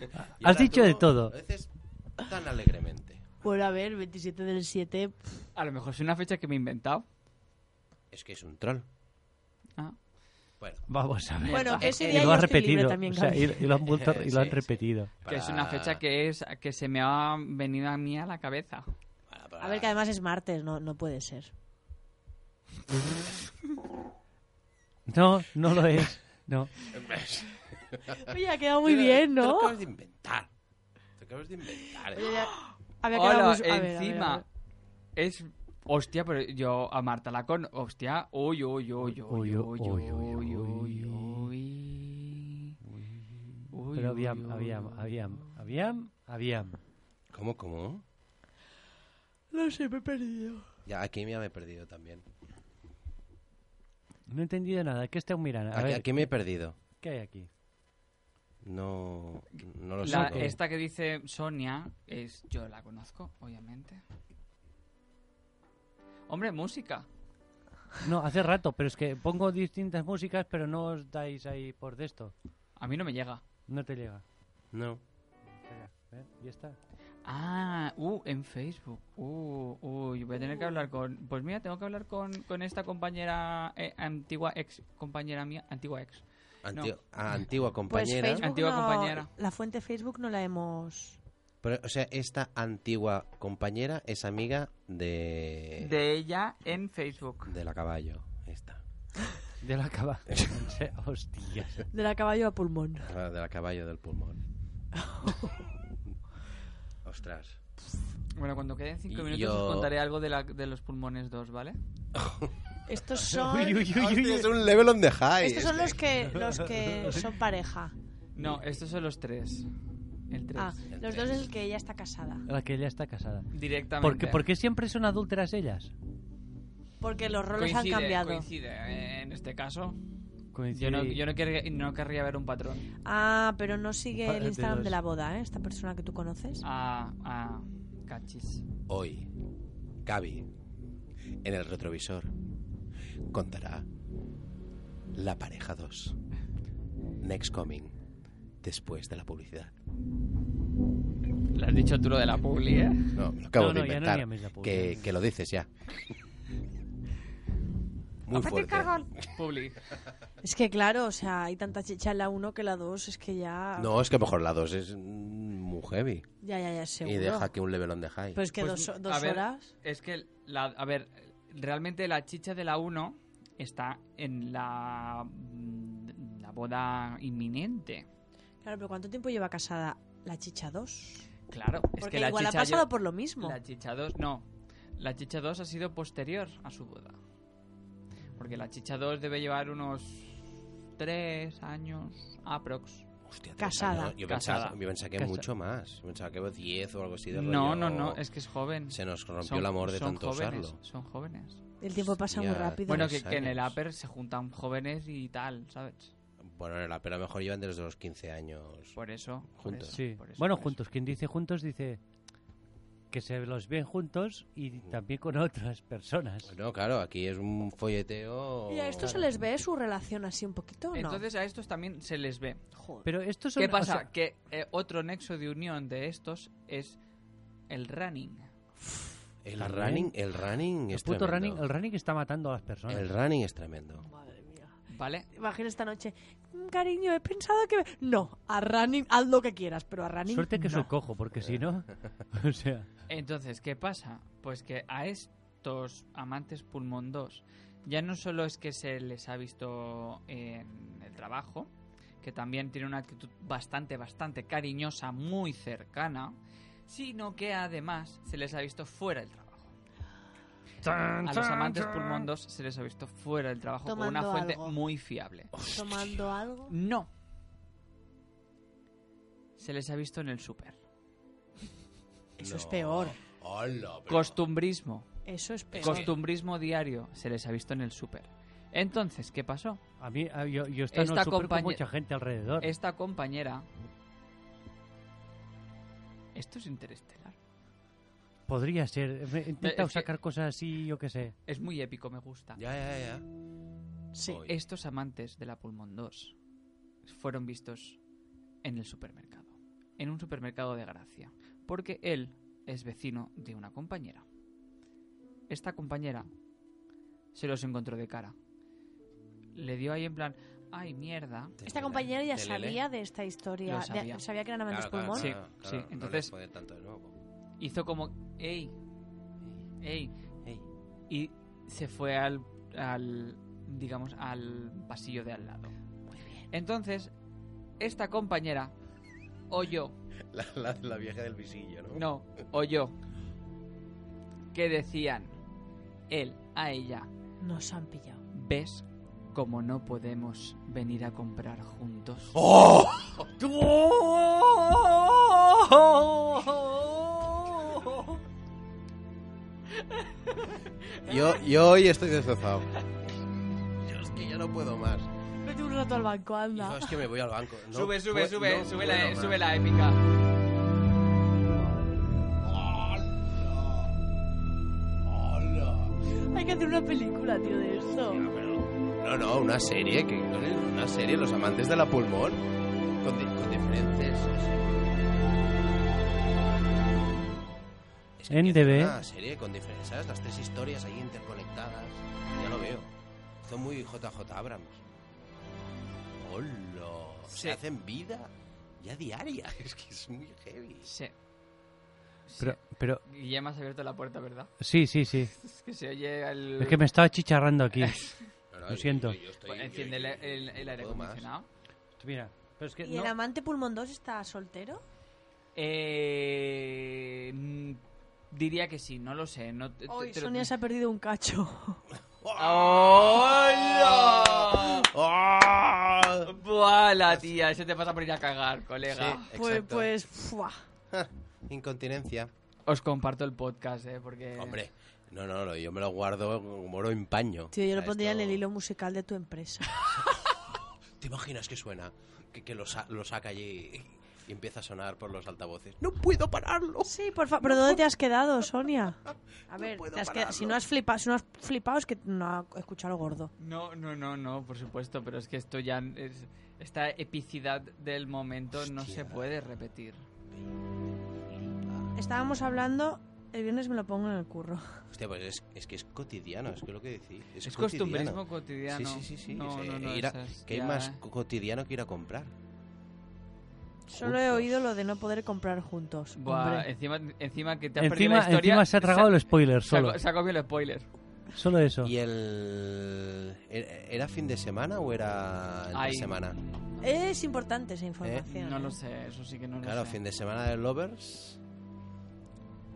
S1: Y
S4: Has
S1: ahora
S4: dicho
S1: tú,
S4: de todo.
S1: A veces tan alegremente.
S2: Bueno, a ver, 27 del 7. pff,
S3: A lo mejor es una fecha que me he inventado.
S1: Es que es un troll.
S3: Ah.
S1: Bueno,
S4: Vamos a ver.
S2: Bueno, que ese
S4: Y
S2: día
S4: lo
S2: yo
S4: ha
S2: estoy libre
S4: repetido.
S2: también,
S4: o sea,
S2: Gaby.
S4: y, y lo han, vuelto- y lo han
S1: Sí, sí.
S4: repetido.
S3: Que es una
S1: para-
S3: fecha que es que se me ha venido a mí a la cabeza.
S1: para- para-
S2: A ver, que además es martes, no, no puede ser.
S4: No, no lo es. No.
S2: Oye, ha quedado muy bien,
S1: Te lo
S2: ¿no?
S1: acabas de inventar. Te lo acabas de inventar.
S2: Oye, ya- Había quedado
S3: Hola,
S2: muy su- a ver, a ver, a
S3: encima.
S2: ver.
S3: Es. Hostia, pero yo a Marta Lacón. Hostia. Uy, uy, uy, uy, uy,
S4: Uy,
S3: uy,
S4: uy,
S3: uy, uy,
S4: uy,
S3: uy. Uy, uy,
S4: Pero aviam,
S3: uy,
S4: aviam,
S3: uy.
S4: aviam, aviam, aviam.
S1: ¿eh? ¿Cómo, cómo?
S2: No sé, me he perdido.
S1: Ya, aquí ya me he perdido también.
S4: No he entendido nada. ¿Qué está mirando? A
S1: Aquí,
S4: ver,
S1: aquí me he perdido.
S4: ¿qué hay aquí?
S1: No, no lo sé.
S3: La-
S1: cómo.
S3: esta que dice Sonia es. Yo la conozco, obviamente. Hombre, música.
S4: No, hace rato, pero es que pongo distintas músicas, pero no os dais ahí por de esto.
S3: A mí no me llega.
S4: No te llega.
S1: No.
S4: Espera, ¿eh? ¿Ya está?
S3: Ah, uh, en Facebook. Uh, uy, voy a tener que hablar con. Pues mira, tengo que hablar con, con esta compañera, eh, antigua ex, compañera mía, antigua ex.
S1: Anti- ah, antigua
S2: Pues
S1: compañera.
S2: Facebook
S3: Antigua
S2: no-
S3: compañera.
S2: La fuente Facebook no la hemos...
S1: Pero, o sea, esta antigua compañera es amiga de.
S3: De ella en Facebook.
S1: de la caballo. Esta.
S4: De la cava. O sea, Hostias.
S2: De la caballo a pulmón.
S1: Ah, De la caballo del pulmón. Ostras.
S3: Bueno, cuando queden cinco
S1: Y
S3: minutos
S1: yo-
S3: os contaré algo de, la, de los pulmones 2, ¿vale?
S2: Estos son...
S4: Uy, uy, uy, uy,
S1: es un level on the high.
S2: Estos son los que, los que son pareja.
S3: No, estos son los tres. El tres.
S2: Ah,
S1: El
S2: los
S1: tres.
S2: dos es el que ella está casada.
S4: La que ya está casada.
S3: Directamente.
S4: ¿Por qué, por qué siempre son adúlteras ellas?
S2: Porque los roles
S3: coincide,
S2: han cambiado.
S3: Coincide, eh, en este caso.
S4: Coincide-
S3: Yo no, yo no querría, no querría ver un patrón.
S2: Ah, pero no sigue
S4: Pa-
S2: el
S4: de
S2: Instagram
S4: dos.
S2: de la boda, ¿eh? Esta persona que tú conoces.
S3: Ah, ah, cachis.
S1: Hoy, Gaby, en el retrovisor, contará La pareja 2. Next Coming, después de la publicidad.
S3: Lo has dicho tú lo de la publi, ¿eh?
S1: No, me lo acabo
S4: No,
S1: de
S4: no, ya no
S1: inventar.
S4: llames la publicidad.
S1: que, que lo dices ya. Muy fuerte.
S3: Publi.
S2: Es que claro, o sea, hay tanta chicha en la 1 que la 2 es que ya...
S1: No, es que mejor la 2 es mm, muy heavy.
S2: Ya, ya, ya, seguro.
S1: Y deja que un level on the high.
S2: Pero es que
S3: Pues,
S2: dos,
S3: a
S2: dos
S3: ver,
S2: horas...
S3: Es que, la, a ver, realmente la chicha de la 1 está en la, mm, la boda inminente.
S2: Claro, pero ¿cuánto tiempo lleva casada la chicha 2?
S3: Claro, es
S2: Porque
S3: que la
S2: igual ha
S3: chicha
S2: pasado
S3: yo-
S2: por lo mismo.
S3: La chicha 2, no. La chicha 2 ha sido posterior a su boda. Porque la chicha 2 debe llevar unos 3 años aprox.
S1: Hostia, tres
S2: Casada.
S1: años. Yo
S3: Casada.
S1: pensaba, yo pensaba que
S4: Casa-
S1: mucho más. Yo pensaba que 10 o algo así de
S3: No,
S1: rollo.
S3: no, no, es que es joven.
S1: Se nos rompió
S3: Son-
S1: el amor de
S3: son
S1: tanto
S3: jóvenes,
S1: usarlo.
S3: Son jóvenes.
S2: El tiempo pasa muy
S1: Hostia,
S2: rápido.
S3: Bueno, que,
S1: Tres
S3: que en el
S1: años.
S3: upper se juntan jóvenes y tal, ¿sabes?
S1: Bueno, era, pero a lo mejor llevan desde los 15 años.
S3: Por eso. por
S1: Juntos.
S3: eso,
S4: Sí.
S3: por eso,
S4: bueno,
S3: por eso.
S4: juntos. Quien dice juntos dice que se los ven juntos y también con otras personas.
S1: No, claro, aquí es un folleteo.
S2: ¿Y a esto se les ve su relación así un poquito o no?
S3: Entonces a estos también se les ve.
S4: Pero estos son...
S3: ¿Qué
S4: o
S3: pasa?
S4: sea,
S3: que eh, otro nexo de unión de estos es el running.
S1: El
S4: También.
S1: running, el running
S4: el
S1: es
S4: puto
S1: tremendo.
S4: running, el running está matando a las personas.
S1: El running es tremendo.
S2: Madre mía.
S3: ¿Vale?
S2: Imagina esta noche. "Mm, Cariño, he pensado que... No, a running haz lo que quieras, pero a running
S4: Suerte que
S2: no.
S4: soy cojo, porque si no... O sea...
S3: Entonces, ¿qué pasa? Pues que a estos amantes pulmón 2 ya no solo es que se les ha visto en el trabajo, que también tiene una actitud bastante, bastante cariñosa, muy cercana, sino que además se les ha visto fuera del trabajo. A los amantes pulmón 2 se les ha visto fuera del trabajo con una
S2: Tomando
S3: fuente
S2: algo.
S3: muy fiable.
S2: Tomando algo.
S3: No. Se les ha visto en el súper.
S2: Eso es peor.
S1: Hola, pero-
S3: Costumbrismo.
S2: Eso es peor.
S3: Costumbrismo diario. Se les ha visto en el súper. Entonces, ¿qué pasó?
S4: A mí, a- yo, yo estaba en
S3: Esta
S4: el súper con
S3: compañe-
S4: mucha gente alrededor.
S3: Esta compañera... Esto es interestelar.
S4: Podría ser. Me- He intentado
S3: es que-
S4: sacar cosas así, yo qué sé.
S3: Es muy épico, me gusta.
S1: Ya, ya, ya.
S2: Sí.
S1: Hoy.
S3: Estos amantes de la Pulmón 2 fueron vistos en el supermercado. En un supermercado de Gracia. Porque él es vecino de una compañera. Esta compañera se los encontró de cara. Le dio ahí en plan, ay mierda.
S2: Esta compañera ya
S1: Telele.
S2: sabía de esta historia.
S3: Lo
S2: de-
S3: sabía.
S2: sabía. que eran amantes
S1: Claro,
S2: pulmón.
S1: claro, claro,
S3: Sí,
S1: claro,
S3: sí,
S1: no le
S3: entonces-
S1: puede tanto de nuevo.
S3: Hizo como, hey, hey.
S1: Ey,
S3: Y se fue al, al, digamos, al pasillo de al lado. Entonces, esta compañera, o yo,
S1: La, la, la vieja del visillo, ¿no?
S3: no, o yo, que decían él a ella,
S2: Nos han pillado.
S3: ¿ves cómo no podemos venir a comprar juntos?
S1: ¡Oh! Yo, yo hoy estoy destrozado. Yo es que ya no puedo más.
S2: Vete un rato al banco,
S1: Yo
S2: anda.
S1: es que me voy al banco. No
S3: sube, sube,
S1: pue-
S3: sube,
S1: no
S3: sube,
S1: puedo
S3: la,
S1: más.
S3: sube la épica.
S2: Hay que hacer una película, tío, de esto.
S1: No, no, una serie, que una serie, Los amantes de la pulmón, con, di- con diferentes... Es que
S4: En
S1: quiero
S4: TV.
S1: Una serie con diferentes, ¿sabes? Las tres historias ahí interconectadas, ya lo veo. Son muy JJ Abrams. ¡Hola!
S3: Sí.
S1: Se hacen vida ya diaria, es que es muy heavy.
S3: Sí. Sí.
S4: Pero, pero,
S3: Guillermo has abierto la puerta, ¿verdad?
S4: sí, sí, sí.
S3: Es que se oye el...
S4: Es que me estaba chicharrando aquí.
S1: No, no,
S4: Lo siento.
S1: estoy-
S3: Bueno, Pues enciende el,
S1: yo-
S3: el- el
S1: no
S3: aire
S1: puedo más.
S3: acondicionado.
S4: Mira, pero es que
S2: ¿Y el
S4: no-
S2: amante pulmón 2 está soltero?
S3: Eh, mm, diría que sí, no lo sé. No, te-
S2: Hoy
S3: te lo-
S2: Sonia se ha perdido un cacho.
S3: ¡Hola!
S1: ¡Ah!
S3: Buah, la tía, se te pasa por ir a cagar, colega.
S1: Sí,
S2: Pues,
S1: exacto.
S2: pues, fuá.
S1: Incontinencia.
S3: Os comparto el podcast, eh, porque...
S1: Hombre, no, no, no, yo me lo guardo como oro en paño.
S2: Tío, yo
S1: O
S2: lo
S1: sea,
S2: pondría en
S1: esto-
S2: el hilo musical de tu empresa.
S1: ¿Te imaginas que suena? Que, que lo, sa- lo saca allí y empieza a sonar por los altavoces. ¡No puedo pararlo!
S2: Sí, por favor. ¿Pero dónde te has quedado, Sonia? A
S1: No
S2: ver,
S1: puedo
S2: te has quedado- si,
S1: pararlo.
S2: no has flipado, si no has flipado es que no has escuchado lo gordo.
S3: No, no, no, no, por supuesto, pero es que esto ya es... Esta epicidad del momento no se
S1: Hostia.
S3: puede repetir.
S2: Estábamos hablando... El viernes me lo pongo en el curro.
S1: Hostia, pues es, es que es cotidiano, es que lo que decís.
S3: Es,
S1: Es, cotidiano.
S3: costumbrismo cotidiano.
S1: Sí, sí, sí. sí.
S3: No,
S1: es,
S3: no,
S1: eh,
S3: no,
S1: ir a-
S3: esas
S1: que hay
S3: ya- eh.
S1: más co- cotidiano que ir a comprar.
S2: Solo he
S1: Juntos.
S2: oído lo de no poder comprar juntos.
S3: Buah,
S2: hombre.
S3: encima, encima que te has perdido la
S4: Encima,
S3: historia...
S4: encima se ha tragado el spoiler
S3: se ha-
S4: solo.
S3: Se ha comido el spoiler.
S4: Solo eso.
S1: ¿Y el. er- ¿Era fin de semana o era entre
S3: Ay,
S1: semana?
S2: Es importante esa información.
S3: No
S2: ¿eh?
S3: lo sé, eso sí que no lo
S1: Claro,
S3: sé.
S1: fin de semana de Lovers.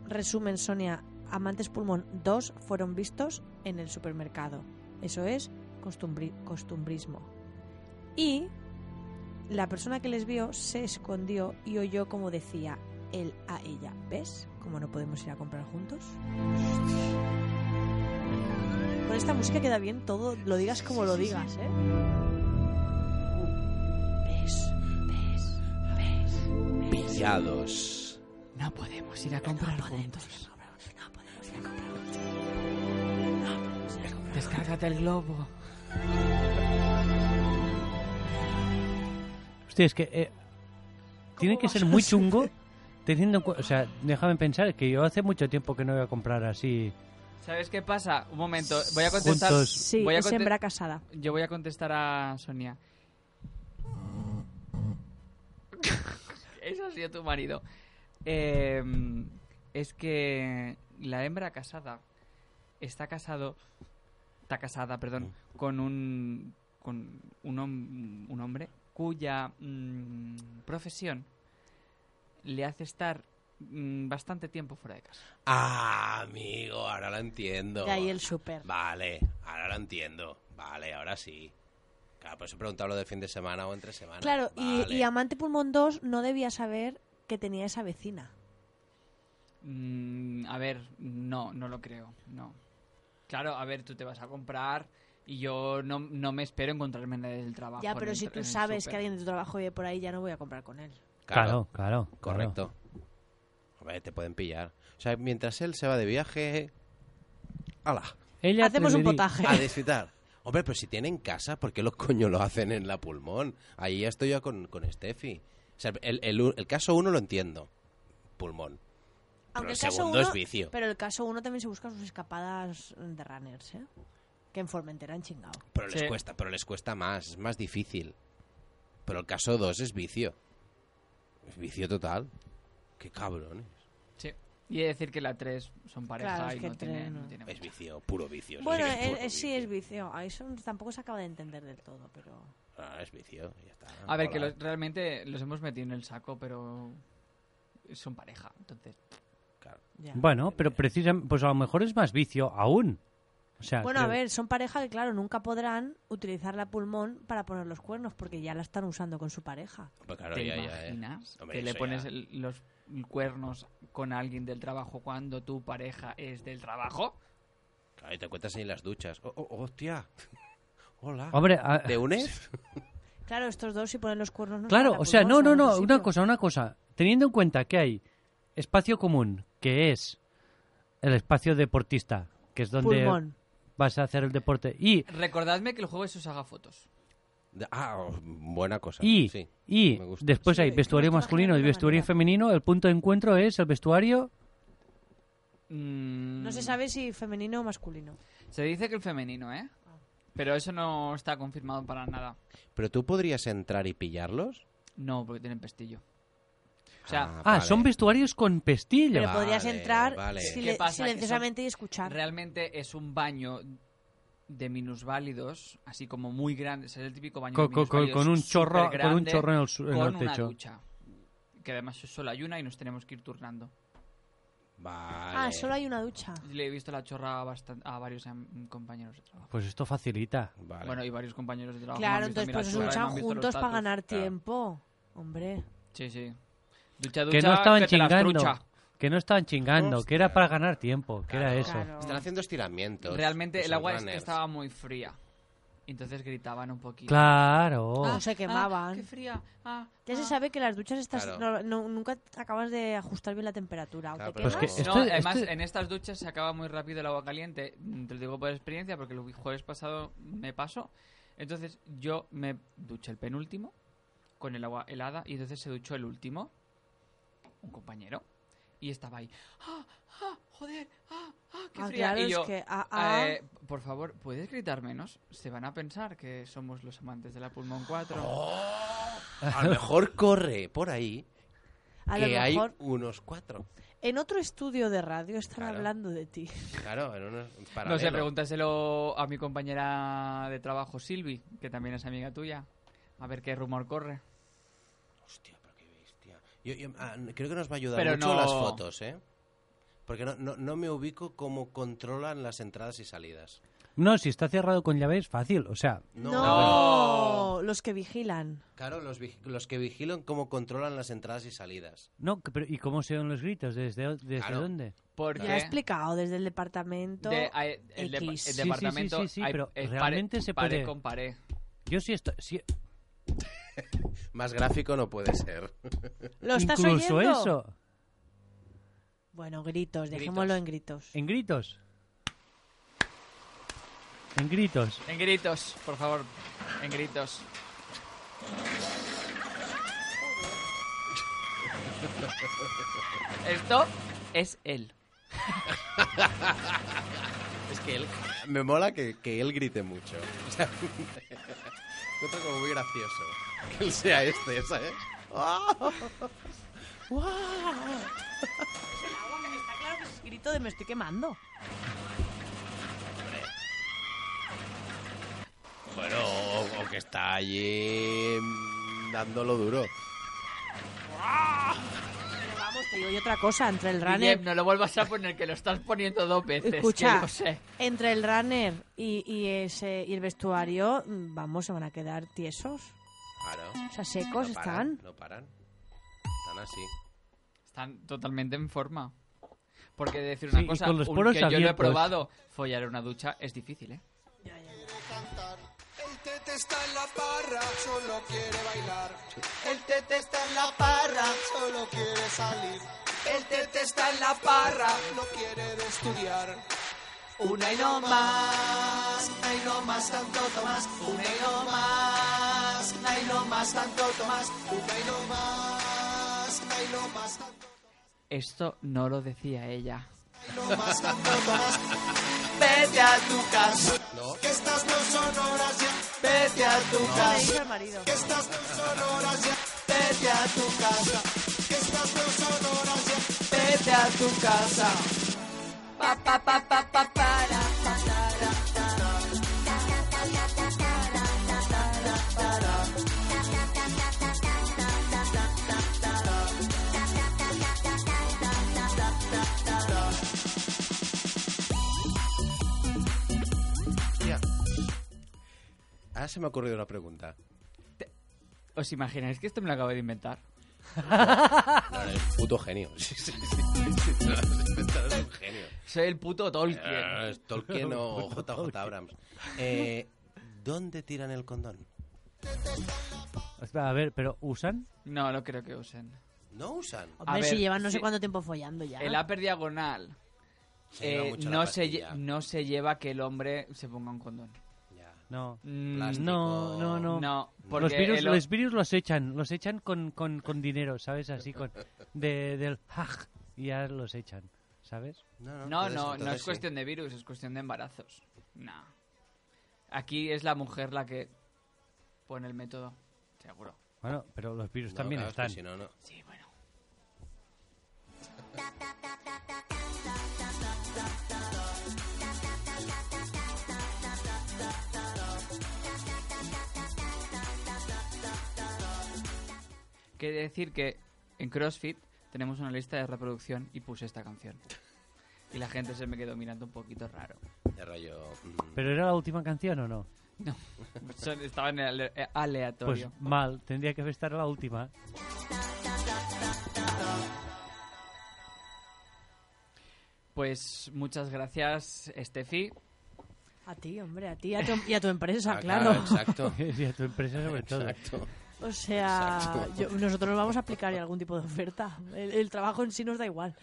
S2: Resumen, Sonia, Amantes Pulmón 2 fueron vistos en el supermercado. Eso es costumbri- costumbrismo. Y la persona que les vio se escondió y oyó como decía él a ella. ¿Ves cómo no podemos ir a comprar juntos? Con esta música queda bien todo, lo digas como lo digas, ¿eh? ¿Ves? ¿Ves? ¿Ves?
S1: Pillados.
S3: No podemos ir a comprar juntos.
S2: No podemos ir a comprar juntos.
S3: Descárgate el globo.
S4: Hostia, es que eh, tiene que
S2: vas
S4: ser
S2: a
S4: muy
S2: hacer?
S4: chungo. Teniendo en cu- o sea, déjame pensar que yo hace mucho tiempo que no voy a comprar así.
S3: ¿Sabes qué pasa? Un momento, voy a contestar.
S4: Juntos.
S2: Sí,
S3: Voy a
S2: es
S3: conte-
S2: hembra casada.
S3: Yo voy a contestar a Sonia. Eso ha sido tu marido. Eh, es que la hembra casada está casado, está casada, perdón, con un con un, hom- un hombre cuya mm, profesión le hace estar mm, bastante tiempo fuera de casa.
S1: Ah, amigo, ahora lo entiendo.
S2: De ahí el súper.
S1: Vale, ahora lo entiendo. Vale, ahora sí. Claro, por eso he preguntado lo del fin de semana o entre semana.
S2: Claro, y-
S1: Vale.
S2: y, Amante Pulmón 2 no debía saber que tenía esa vecina.
S3: Mm, a ver, no, no lo creo, no. Claro, a ver, tú te vas a comprar y yo no, no me espero encontrarme en el trabajo.
S2: ya,
S3: en
S2: pero
S3: el
S2: si
S3: tra-
S2: tú
S3: en el
S2: sabes
S3: súper.
S2: que alguien de tu trabajo vive por ahí, ya no voy a comprar con él.
S4: Claro, claro. claro.
S1: correcto. A ver, te pueden pillar. O sea, mientras él se va de viaje. ¡Hala!
S4: Ella
S2: Hacemos un
S4: preferí-
S2: potaje.
S1: A disfrutar. Hombre, pero si tienen casa, ¿por qué los coño lo hacen en la pulmón? Ahí ya estoy yo con, con Steffi. O sea, el, el- el caso uno lo entiendo. Pulmón. pero el segundo
S2: uno,
S1: es vicio.
S2: Pero el caso uno también se busca sus escapadas de runners, ¿eh? Que en Formentera han chingado.
S1: Pero les
S3: Sí.
S1: cuesta, pero les cuesta más, es más difícil. Pero el caso 2 es vicio. Es vicio total. Qué cabrones.
S3: Sí. Y he de decir que la 3 son pareja
S2: Claro, es
S3: y
S2: que
S3: no tiene,
S2: tres no.
S3: no tiene
S1: Es
S3: mucha.
S1: vicio, puro vicio. eso
S2: Bueno,
S1: sí, que
S2: eh,
S1: es puro
S2: eh, sí es
S1: vicio.
S2: vicio. A eso tampoco se acaba de entender del todo, pero...
S1: Ah, es vicio, ya está.
S3: A ver, que
S1: Mola.
S3: los- realmente los hemos metido en el saco, pero son pareja. Entonces,
S1: Claro.
S2: ya.
S4: Bueno, pero precisamente, pues a lo mejor es más vicio aún. O sea,
S2: Bueno, a
S4: creo-
S2: ver, son pareja que, claro, nunca podrán utilizar la pulmón para poner los cuernos porque ya la están usando con su pareja.
S1: Pues claro,
S3: ¿te
S1: ya, ya, eh.
S3: imaginas
S1: Hombre,
S3: que le
S1: eso
S3: pones
S1: ya.
S3: el- los cuernos con alguien del trabajo cuando tu pareja es del trabajo?
S1: Claro, y te encuentras en las duchas. Oh, oh, hostia. Hola.
S4: Hombre, a-
S1: ¿Te unes?
S2: Claro, estos dos si ponen los cuernos... No
S4: claro,
S2: sacan la
S4: o sea, no,
S2: pulmón,
S4: no,
S2: sacan
S4: no,
S2: otro
S4: una
S2: sitio.
S4: cosa, una cosa. Teniendo en cuenta que hay espacio común, que es el espacio deportista, que es donde
S2: Pulmón.
S4: vas a hacer el deporte, y,
S3: Recordadme que el juego es os haga fotos.
S1: De- Ah, oh, buena cosa.
S4: y,
S1: Sí.
S4: y
S1: me gusta.
S4: después
S2: Sí,
S4: hay
S2: me
S4: vestuario
S2: estoy
S4: masculino y
S2: imaginando la
S4: vestuario
S2: manera.
S4: femenino, el punto de encuentro es el vestuario...
S3: Mm,
S2: No se sabe si femenino o masculino.
S3: Se dice que el femenino, ¿eh? Pero eso no está confirmado para nada.
S1: ¿Pero tú podrías entrar y pillarlos?
S3: No, porque tienen pestillo. O sea,
S4: Ah,
S1: vale.
S4: son vestuarios con pestillo.
S2: Pero
S1: Vale,
S2: podrías entrar
S1: vale.
S2: sile-
S3: ¿Qué pasa? Que son-
S2: silenciosamente y escuchar.
S3: realmente es un baño de minusválidos, así como muy grande. Es el típico baño
S4: Co-
S3: de
S4: co- co- con,
S3: minusválidos
S4: un chorro, con un
S3: supergrande,
S4: chorro en el, su- en
S3: con
S4: el
S3: una
S4: techo.
S3: ducha. Que además solo hay una y nos tenemos que ir turnando.
S1: Vale.
S2: Ah, solo hay una ducha.
S3: Le he visto la chorra a, bastan- a varios em, compañeros de trabajo.
S4: Pues esto facilita.
S1: Vale.
S3: Bueno, y varios compañeros de trabajo. me
S2: Claro,
S3: han visto a mí
S2: entonces
S3: la
S2: pues se
S3: chorra y me
S2: duchan
S3: han visto los
S2: juntos para
S3: datos.
S2: ganar
S1: Claro.
S2: tiempo. Hombre.
S3: Sí, sí. Ducha, ducha,
S4: Que no estaban
S3: te las
S4: chingando.
S3: trucha.
S4: Que no estaban chingando, que era
S1: Hostia.
S4: para ganar tiempo, que era
S1: Claro.
S4: eso.
S2: Claro.
S1: Están haciendo estiramientos.
S3: Realmente
S1: los
S3: el agua es que
S1: runners.
S3: estaba muy fría. Entonces gritaban un poquito.
S4: Claro.
S2: Ah, se quemaban.
S3: Ah, qué fría. Ah,
S2: Ya se
S3: ah.
S2: sabe que las duchas estas
S1: Claro.
S2: no- no- nunca acabas de ajustar bien la temperatura. o
S1: Claro,
S2: te
S1: pero
S4: Pues
S1: no.
S4: que
S1: No,
S4: esto,
S3: no, además
S4: esto-
S3: en estas duchas se acaba muy rápido el agua caliente. Mm, Te lo digo por experiencia porque el jueves pasado me pasó. Entonces yo me duché el penúltimo con el agua helada y entonces se duchó el último, un compañero, y estaba ahí. ¡Ah, ah, joder! ¡Ah, ah, qué
S2: Ah,
S3: fría!
S2: claro,
S3: y
S2: es
S3: yo,
S2: que, ah, ah.
S3: "Eh, por favor, ¿puedes gritar menos? Se van a pensar que somos los amantes de la Pulmón 4.
S1: Oh, A lo mejor corre por ahí
S2: A lo
S1: que hay
S2: mejor
S1: unos cuatro.
S2: en otro estudio de radio están
S1: Claro.
S2: hablando de ti.
S1: Claro, en unos en
S3: No sé,
S1: paralelo.
S3: pregúntaselo a mi compañera de trabajo Silvi, que también es amiga tuya. A ver qué rumor corre.
S1: Hostia, pero qué bestia. Yo, yo, ah, creo que nos va a ayudar
S3: Pero
S1: mucho
S3: no-
S1: las fotos, ¿eh? Porque no, no, no me ubico cómo controlan las entradas y salidas.
S4: No, si está cerrado con llave es fácil. O sea,
S2: No, los que vigilan.
S1: Claro, los, vigi- los que vigilan cómo controlan las entradas y salidas.
S4: no, que- pero ¿y cómo se dan los gritos? ¿Desde, o- desde
S1: Claro.
S4: dónde?
S3: Porque
S2: Ya he explicado desde el departamento.
S3: de- hay- el, de- el
S2: X. Sí, sí, sí,
S3: departamento
S4: sí, sí,
S3: hay-
S4: pero
S3: es
S4: realmente
S3: pared-
S4: se
S3: pared
S4: puede-
S3: con pared.
S4: Yo sí estoy... sí-
S1: Más gráfico no puede ser.
S2: ¿Lo estás
S4: incluso
S2: oyendo?
S4: eso.
S2: Bueno, gritos, dejémoslo en gritos.
S4: En gritos. En gritos.
S3: En gritos, por favor. En gritos. Esto es él.
S1: Es que él... Me mola que, que él grite mucho. O sea, encuentro como muy gracioso que él sea este, ¿sabes?
S2: Está claro que es grito de me estoy quemando.
S1: Bueno, o, o que está allí mm, dándolo duro.
S2: Pero vamos, te digo yo otra cosa. Entre el
S3: Guillem,
S2: runner...
S3: no lo vuelvas a poner, que lo estás poniendo dos veces. que
S2: Escucha,
S3: lo sé.
S2: entre el runner y, y ese, y el vestuario, mm, vamos, se van a quedar tiesos.
S1: Claro.
S2: O sea, secos
S1: no paran,
S2: están.
S1: No paran. Están así.
S3: Están totalmente en forma. Porque decir una
S4: Sí, y
S3: cosa,
S4: con los
S3: un-
S4: poros
S3: que yo no he
S4: abiertos.
S3: probado follar en una ducha es difícil, ¿eh?
S6: cantar. El tete está en la parra, solo quiere bailar. El tete está en la parra, solo quiere salir. El tete está en la parra, no quiere de estudiar. Una y no más, ay no más tanto Tomás. Una y no más, ay no más tanto Tomás. Una y no más, ay no más tanto.
S3: Esto no lo decía ella.
S6: ay, No más tanto Tomás. Vete a tu casa,
S1: No.
S6: que estas no son horas ya. Vete a tu
S2: Le
S6: casa.
S2: dice al marido.
S6: Que estas no son horas ya, vete a tu casa. Que estas pidas desodorancia, vete a tu casa. Pa pa pa pa pa para. pa, para, para.
S1: Tía, Ahora Ah, se me ha ocurrido una pregunta.
S3: ¿Os imagináis que esto me lo acabo de inventar?
S1: No, eres un puto genio. Sí, sí, sí, sí, sí, no, eres un genio.
S3: Soy el puto
S1: Eh,
S3: Tolkien.
S1: es Tolkien o JJ Abrams. Eh, ¿Dónde tiran el condón?
S4: Espera, a ver, pero ¿usan?
S3: No, no creo que usen.
S1: No usan.
S2: Hombre,
S3: ver,
S2: si llevan no sé
S3: sí.
S2: cuánto tiempo follando ya.
S3: El upper diagonal
S1: Se lleva
S3: eh,
S1: mucho la
S3: no, se,
S1: pastilla.
S3: lle- no se lleva que el hombre se ponga un condón.
S1: Ya.
S4: No.
S3: Mm,
S1: Plástico.
S4: No, no, no.
S3: No, porque
S4: Los virus,
S3: el o-
S4: los virus los echan, los echan con, con, con dinero, ¿sabes? Así, con de, del haj, y ya los echan, ¿sabes?
S1: No,
S3: No,
S1: entonces-
S3: no, no
S1: entonces
S3: es
S1: sí.
S3: cuestión de virus, es cuestión de embarazos. No. Aquí es la mujer la que pone el método, seguro.
S4: Bueno, pero los virus
S1: No,
S4: también
S1: claro, es que
S4: están.
S1: si no, no.
S3: Sí, bueno. Quiere decir que en CrossFit tenemos una lista de reproducción y puse esta canción. Y la gente se me quedó mirando un poquito raro.
S1: De rollo. mm,
S4: ¿Pero era la última canción o no?
S3: No, son- estaba en el ale- eh,
S4: Pues
S3: aleatorio.
S4: mal, tendría que estar la última.
S3: Pues, muchas gracias, Steffi.
S2: A ti, hombre, a ti a tu- y a tu empresa,
S1: ah,
S2: claro.
S1: Exacto.
S4: y a tu empresa sobre todo.
S1: Exacto.
S2: O sea,
S1: Exacto.
S2: yo- nosotros vamos a aplicar algún tipo de oferta. El, el trabajo en sí nos da igual.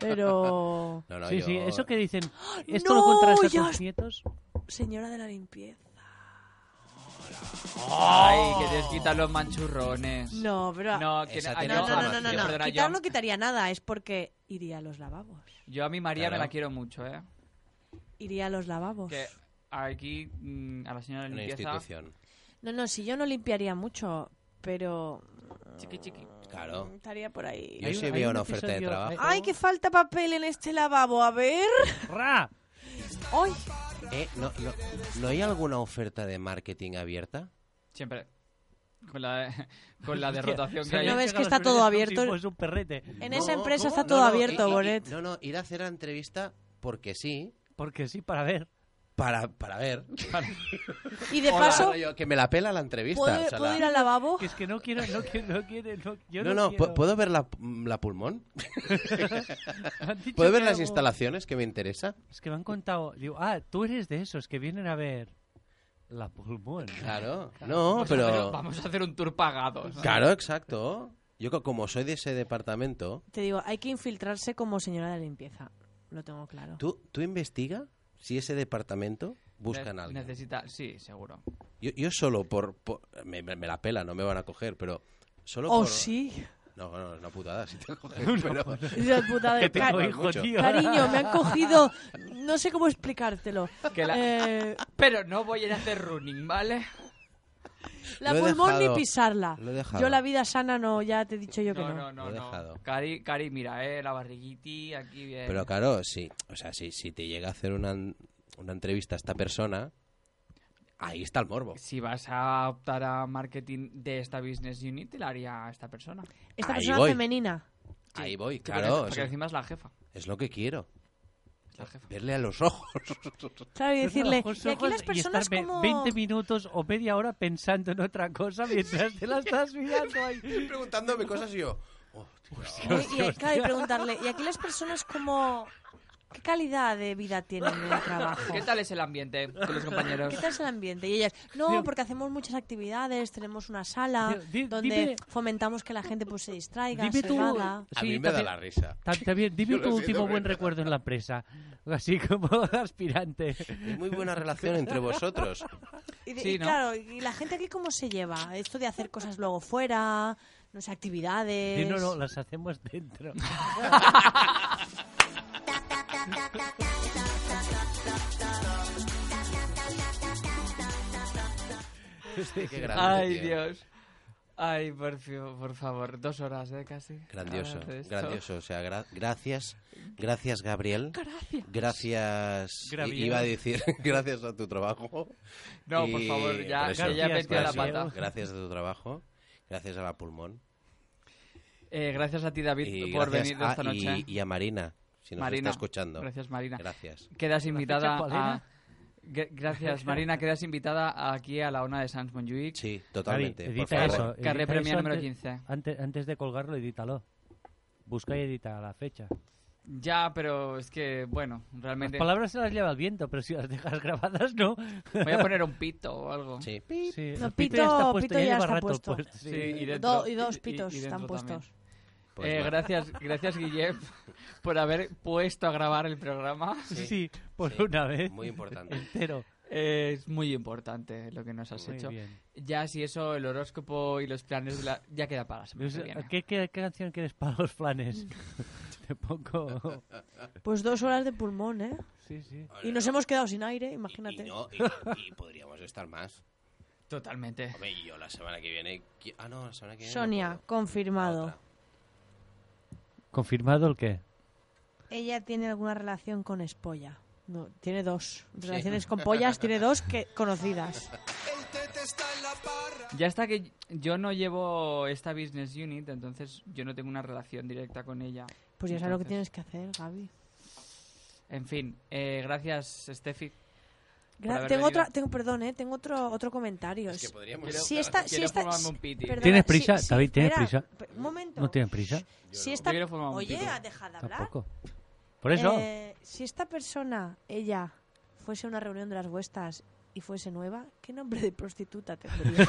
S2: Pero,
S1: No, no,
S4: sí,
S1: yo-
S4: sí, eso que dicen, "Ah, esto
S2: ¡No!
S4: lo contrasta
S2: Ya
S4: tus
S2: es-
S4: nietos.
S2: señora de la limpieza.
S3: Ay, que tienes que quitar los manchurrones.
S2: No, pero.
S3: No, que
S1: Esa
S3: ay,
S1: tiene
S2: no, no,
S1: otra
S2: no, no, no,
S1: Yo,
S2: no.
S3: perdona,
S2: Quitar no
S3: yo,
S2: quitaría nada, es porque iría a los lavabos.
S3: yo a mi María
S1: Claro.
S3: me la quiero mucho, ¿eh?
S2: Iría a los lavabos.
S3: Que aquí mm, a la señora de
S1: Una
S3: limpieza.
S1: institución.
S2: No, no, si yo no limpiaría mucho, pero. mm,
S3: Chiqui, chiqui.
S1: Claro.
S2: Estaría por ahí.
S1: Yo
S4: Hay
S1: sí
S4: un- hay
S1: veo
S4: un
S1: una oferta de
S4: episodio-
S1: trabajo.
S2: Ay, que falta papel en este lavabo, a ver.
S4: ¡Ra!
S2: Ay,
S1: Eh, no, no, ¿No hay alguna oferta de marketing abierta?
S3: Siempre. Con la, con la
S4: Hostia,
S3: derrotación que
S4: se
S3: hay.
S4: me han
S2: ¿No ves que
S4: llegado
S2: está
S4: los
S2: todo
S4: billetes
S2: abierto?
S4: como si fuese un perrete.
S2: en
S1: No,
S2: esa empresa
S1: ¿cómo?
S2: está todo
S1: No, no,
S2: abierto,
S1: y- y-
S2: Bonet.
S1: No, no, ir a hacer la entrevista porque sí,
S4: Porque sí, para ver.
S1: para, para ver.
S2: Y de
S1: Hola,
S2: paso,
S1: rollo, que me la pela la entrevista.
S2: ¿puedo,
S1: o sea,
S2: puedo
S1: la-
S2: ir al lavabo?
S4: Que es que no quiero, no quiero, no quiero. No, yo
S1: No,
S4: no,
S1: no,
S4: quiero.
S1: ¿pu- ¿puedo ver la, la pulmón?
S4: Me han dicho
S1: ¿Puedo ver
S4: que
S1: las
S4: hago-
S1: instalaciones que me interesa?
S4: Es que me han contado. Digo, ah, tú eres de esos que vienen a ver la pulmón.
S1: Claro, no,
S3: Vamos a hacer-
S1: pero...
S3: vamos a hacer un tour pagado. ¿sabes?
S1: Claro, exacto. Yo co- como soy de ese departamento,
S2: Te digo, hay que infiltrarse como señora de limpieza. Lo tengo claro.
S1: ¿tú, tú investiga si ese departamento buscan
S3: Ne-
S1: a alguien.
S3: Necesita, sí, seguro.
S1: Yo, yo solo por... por- me, me- me la pela, no me van a coger, pero... Solo
S2: Oh,
S1: por-
S2: sí.
S1: No, no, es una putada si te cogen, pero...
S2: Esa puta de
S4: que tengo
S2: ca-
S4: hijo,
S1: mucho.
S4: tío.
S2: Cariño, me han cogido. No sé cómo explicártelo.
S3: Que la-
S2: Eh,
S3: Pero no voy a ir a hacer running, ¿vale?
S2: la
S1: Lo he
S2: pulmón
S1: dejado.
S2: ni pisarla.
S1: Lo he dejado.
S2: Yo la vida sana no, ya te he dicho yo que
S3: No,
S2: no.
S3: no, no.
S1: Lo he
S3: no.
S1: dejado.
S3: Cari, Cari, mira, eh, la barriguiti, aquí bien.
S1: Pero claro, sí, o sea, si, si te llega a hacer una, una entrevista a esta persona, ahí está el morbo.
S3: Si vas a optar a marketing de esta business unit, te la haría a esta persona.
S2: Esta
S1: Ahí
S2: persona
S1: voy.
S2: femenina.
S1: Ahí voy,
S3: Sí, porque-
S1: claro,
S3: Porque,
S1: es-
S3: encima es la jefa.
S1: es lo que quiero.
S3: es la jefa.
S1: Verle a los ojos.
S2: Claro, y decirle.
S4: Ojos,
S2: Y aquí
S4: ojos,
S2: las personas
S4: y estar ve-
S2: como.
S4: 20 minutos o media hora pensando en otra cosa mientras te la estás mirando ahí.
S1: Preguntándome cosas y yo.
S2: Y, y- claro, y preguntarle. Y aquí las personas como. ¿Qué calidad de vida tienen en el trabajo?
S3: ¿Qué tal es el ambiente con los compañeros?
S2: ¿Qué tal es el ambiente? Y ellas, no, porque hacemos muchas actividades, tenemos una sala
S4: Di- di-
S2: donde
S4: dime-
S2: fomentamos que la gente pues se distraiga,
S4: Dime
S2: se
S4: tú.
S2: haga.
S1: A
S4: Sí,
S1: mí me da
S4: también-
S1: la risa.
S4: Tam- También, dime
S1: Yo
S4: tu
S1: lo
S4: último
S1: siento,
S4: buen
S1: pero-
S4: recuerdo en la empresa, así como aspirante.
S1: Hay muy buena relación entre vosotros.
S2: Y, de-
S3: Sí,
S2: y
S3: ¿no?
S2: claro, y la gente aquí cómo se lleva esto de hacer cosas luego fuera, no sé,
S4: Di,
S2: actividades.
S4: no, no, las hacemos dentro.
S1: Qué grande,
S3: Ay,
S1: tío.
S3: Dios. Ay, por, fio- por favor, dos horas, ¿eh? Casi.
S1: Grandioso,
S3: Hablando de esto.
S1: grandioso. O sea, gra- gracias, gracias Gabriel.
S2: Gracias.
S1: Gracias. i-
S4: Graviel.
S1: Iba a decir, gracias a tu trabajo.
S3: No,
S1: Y
S3: por favor, ya,
S1: por eso,
S3: que ya he
S4: Gracias,
S3: metido la
S1: por eso,
S3: pata.
S1: Gracias a tu trabajo. Gracias a la pulmón.
S3: Eh, gracias a ti, David,
S1: Y
S3: por
S1: gracias
S3: venir
S1: a-
S3: esta
S1: y-
S3: noche.
S1: Y, a Marina, si nos está
S3: Marina,
S1: escuchando.
S3: Gracias, Marina.
S1: Gracias.
S3: Quedas invitada
S4: Palena.
S3: a... Gra- Gracias, Marina. Quedas invitada aquí a la ONA de Sans Montjuic.
S1: Sí,
S4: Gaby,
S1: totalmente. por
S4: edita
S1: favor.
S4: eso. edita
S3: Carré premio
S4: eso
S3: número
S4: antes-
S3: 15.
S4: Antes, antes de colgarlo, edítalo. Busca y edita la fecha.
S3: Ya, pero es que, bueno,
S4: Las
S3: realmente...
S4: palabras se las lleva el viento, pero si las dejas grabadas, no.
S3: Voy a poner un pito o algo.
S1: Sí.
S4: Sí,
S2: No,
S4: el
S2: pito-
S4: puesto,
S2: pito ya
S4: lleva
S2: está
S4: rato
S2: puesto.
S3: Sí,
S4: sí.
S3: y dentro-
S2: Do- y dos
S3: y-
S2: pitos
S3: y dentro
S2: están
S3: también.
S2: puestos.
S1: Pues
S3: Eh,
S1: va.
S3: gracias, gracias Guillem por haber puesto a grabar el programa.
S1: Sí.
S4: Sí, por
S1: Sí,
S4: una vez.
S1: Muy importante.
S4: Entero.
S3: Eh, es muy importante lo que nos has
S4: Muy
S3: hecho.
S4: bien.
S3: Ya si eso, el horóscopo y los planes de la... ya queda para la semana que viene.
S4: Pues, ¿Qué, qué, qué canción quieres para los planes? Te pongo.
S2: Pues dos horas de pulmón, ¿eh?
S4: Sí, sí.
S2: Y nos hemos quedado sin aire,
S1: Y,
S2: imagínate.
S1: no, y- y podríamos estar más.
S3: Totalmente.
S1: Hombre, y yo la semana que viene. qui- Ah, no, la semana que viene. no
S2: Sonia,
S1: puedo. La
S2: confirmado.
S1: otra.
S4: ¿Confirmado el qué?
S2: Ella tiene alguna relación con Espolla. No, tiene dos. Relaciones con pollas, tiene dos que conocidas.
S6: El tete está en la parra.
S3: Ya está que yo no llevo esta business unit, entonces yo no tengo una relación directa con ella.
S2: Pues ya sabes lo que tienes
S3: Entonces.
S2: que hacer, Gaby.
S3: En fin, eh, gracias, Steffi. Por
S2: Gra-
S3: haber
S2: tengo
S3: venido.
S2: otra, tengo, perdón, ¿eh? tengo otro, otro comentario.
S1: Es que
S2: Si-
S1: podríamos.
S3: Quiero-
S2: si esta, si
S3: Quiero
S2: esta,
S3: formarme
S2: si-
S3: un piti.
S2: perdona,
S4: ¿Tienes
S2: si-
S4: prisa?
S2: si-
S4: David, ¿tienes
S2: espera,
S4: prisa?
S2: pe- Un momento.
S4: ¿No tienes prisa?
S2: Si esta,
S3: Yo quiero formar un
S2: oye,
S3: piti.
S2: ha dejado de hablar.
S4: Tampoco. Por eso.
S2: Eh, si esta persona, ella, fuese a una reunión de las vuestras y fuese nueva, ¿qué nombre de prostituta tendría?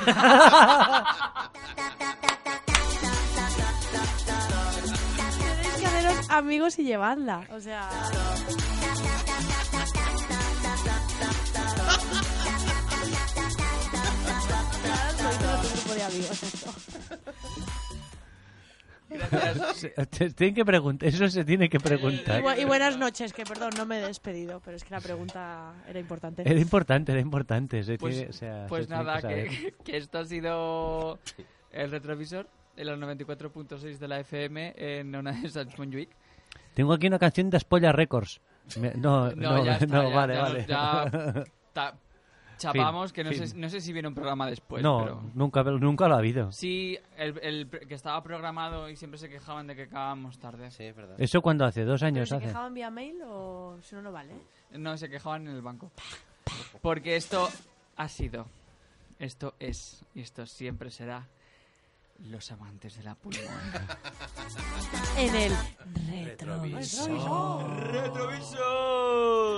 S2: Tenéis que haceros amigos y llevadla. O sea. Claro, soy todo tu grupo de amigos, esto.
S4: Se- te- tienen que preguntar. Eso se tiene que preguntar.
S2: Y, bu- y buenas noches, que perdón, no me he despedido, pero es que la pregunta era importante.
S4: Era importante, era importante. se
S3: Pues-
S4: tiene- o sea, se
S3: Pues
S4: tiene
S3: nada,
S4: saber.
S3: que, que esto ha sido el retrovisor en los 94.6 de la FM en una de Sans Montjuic.
S4: Tengo aquí una canción de Spolla Records. Me- no, no,
S3: ya está,
S4: no,
S3: ya-
S4: vale,
S3: ya-
S4: vale.
S3: ya ta- chapamos, que no
S4: fin.
S3: sé, no sé si viene un programa después,
S4: no,
S3: pues, pero...
S4: nunca, nunca lo ha habido.
S3: Sí, el, el pre- que estaba programado y siempre se quejaban de que acabábamos tarde.
S1: Sí, es verdad.
S4: Eso cuando hace dos
S2: ¿Pero
S4: años
S2: se
S4: hace.
S2: quejaban vía mail o si no, no vale?
S3: No, se quejaban en el banco. Porque esto ha sido, esto es y esto siempre será los amantes de la pulmón.
S2: En el retrovisor.
S6: Retrovisor.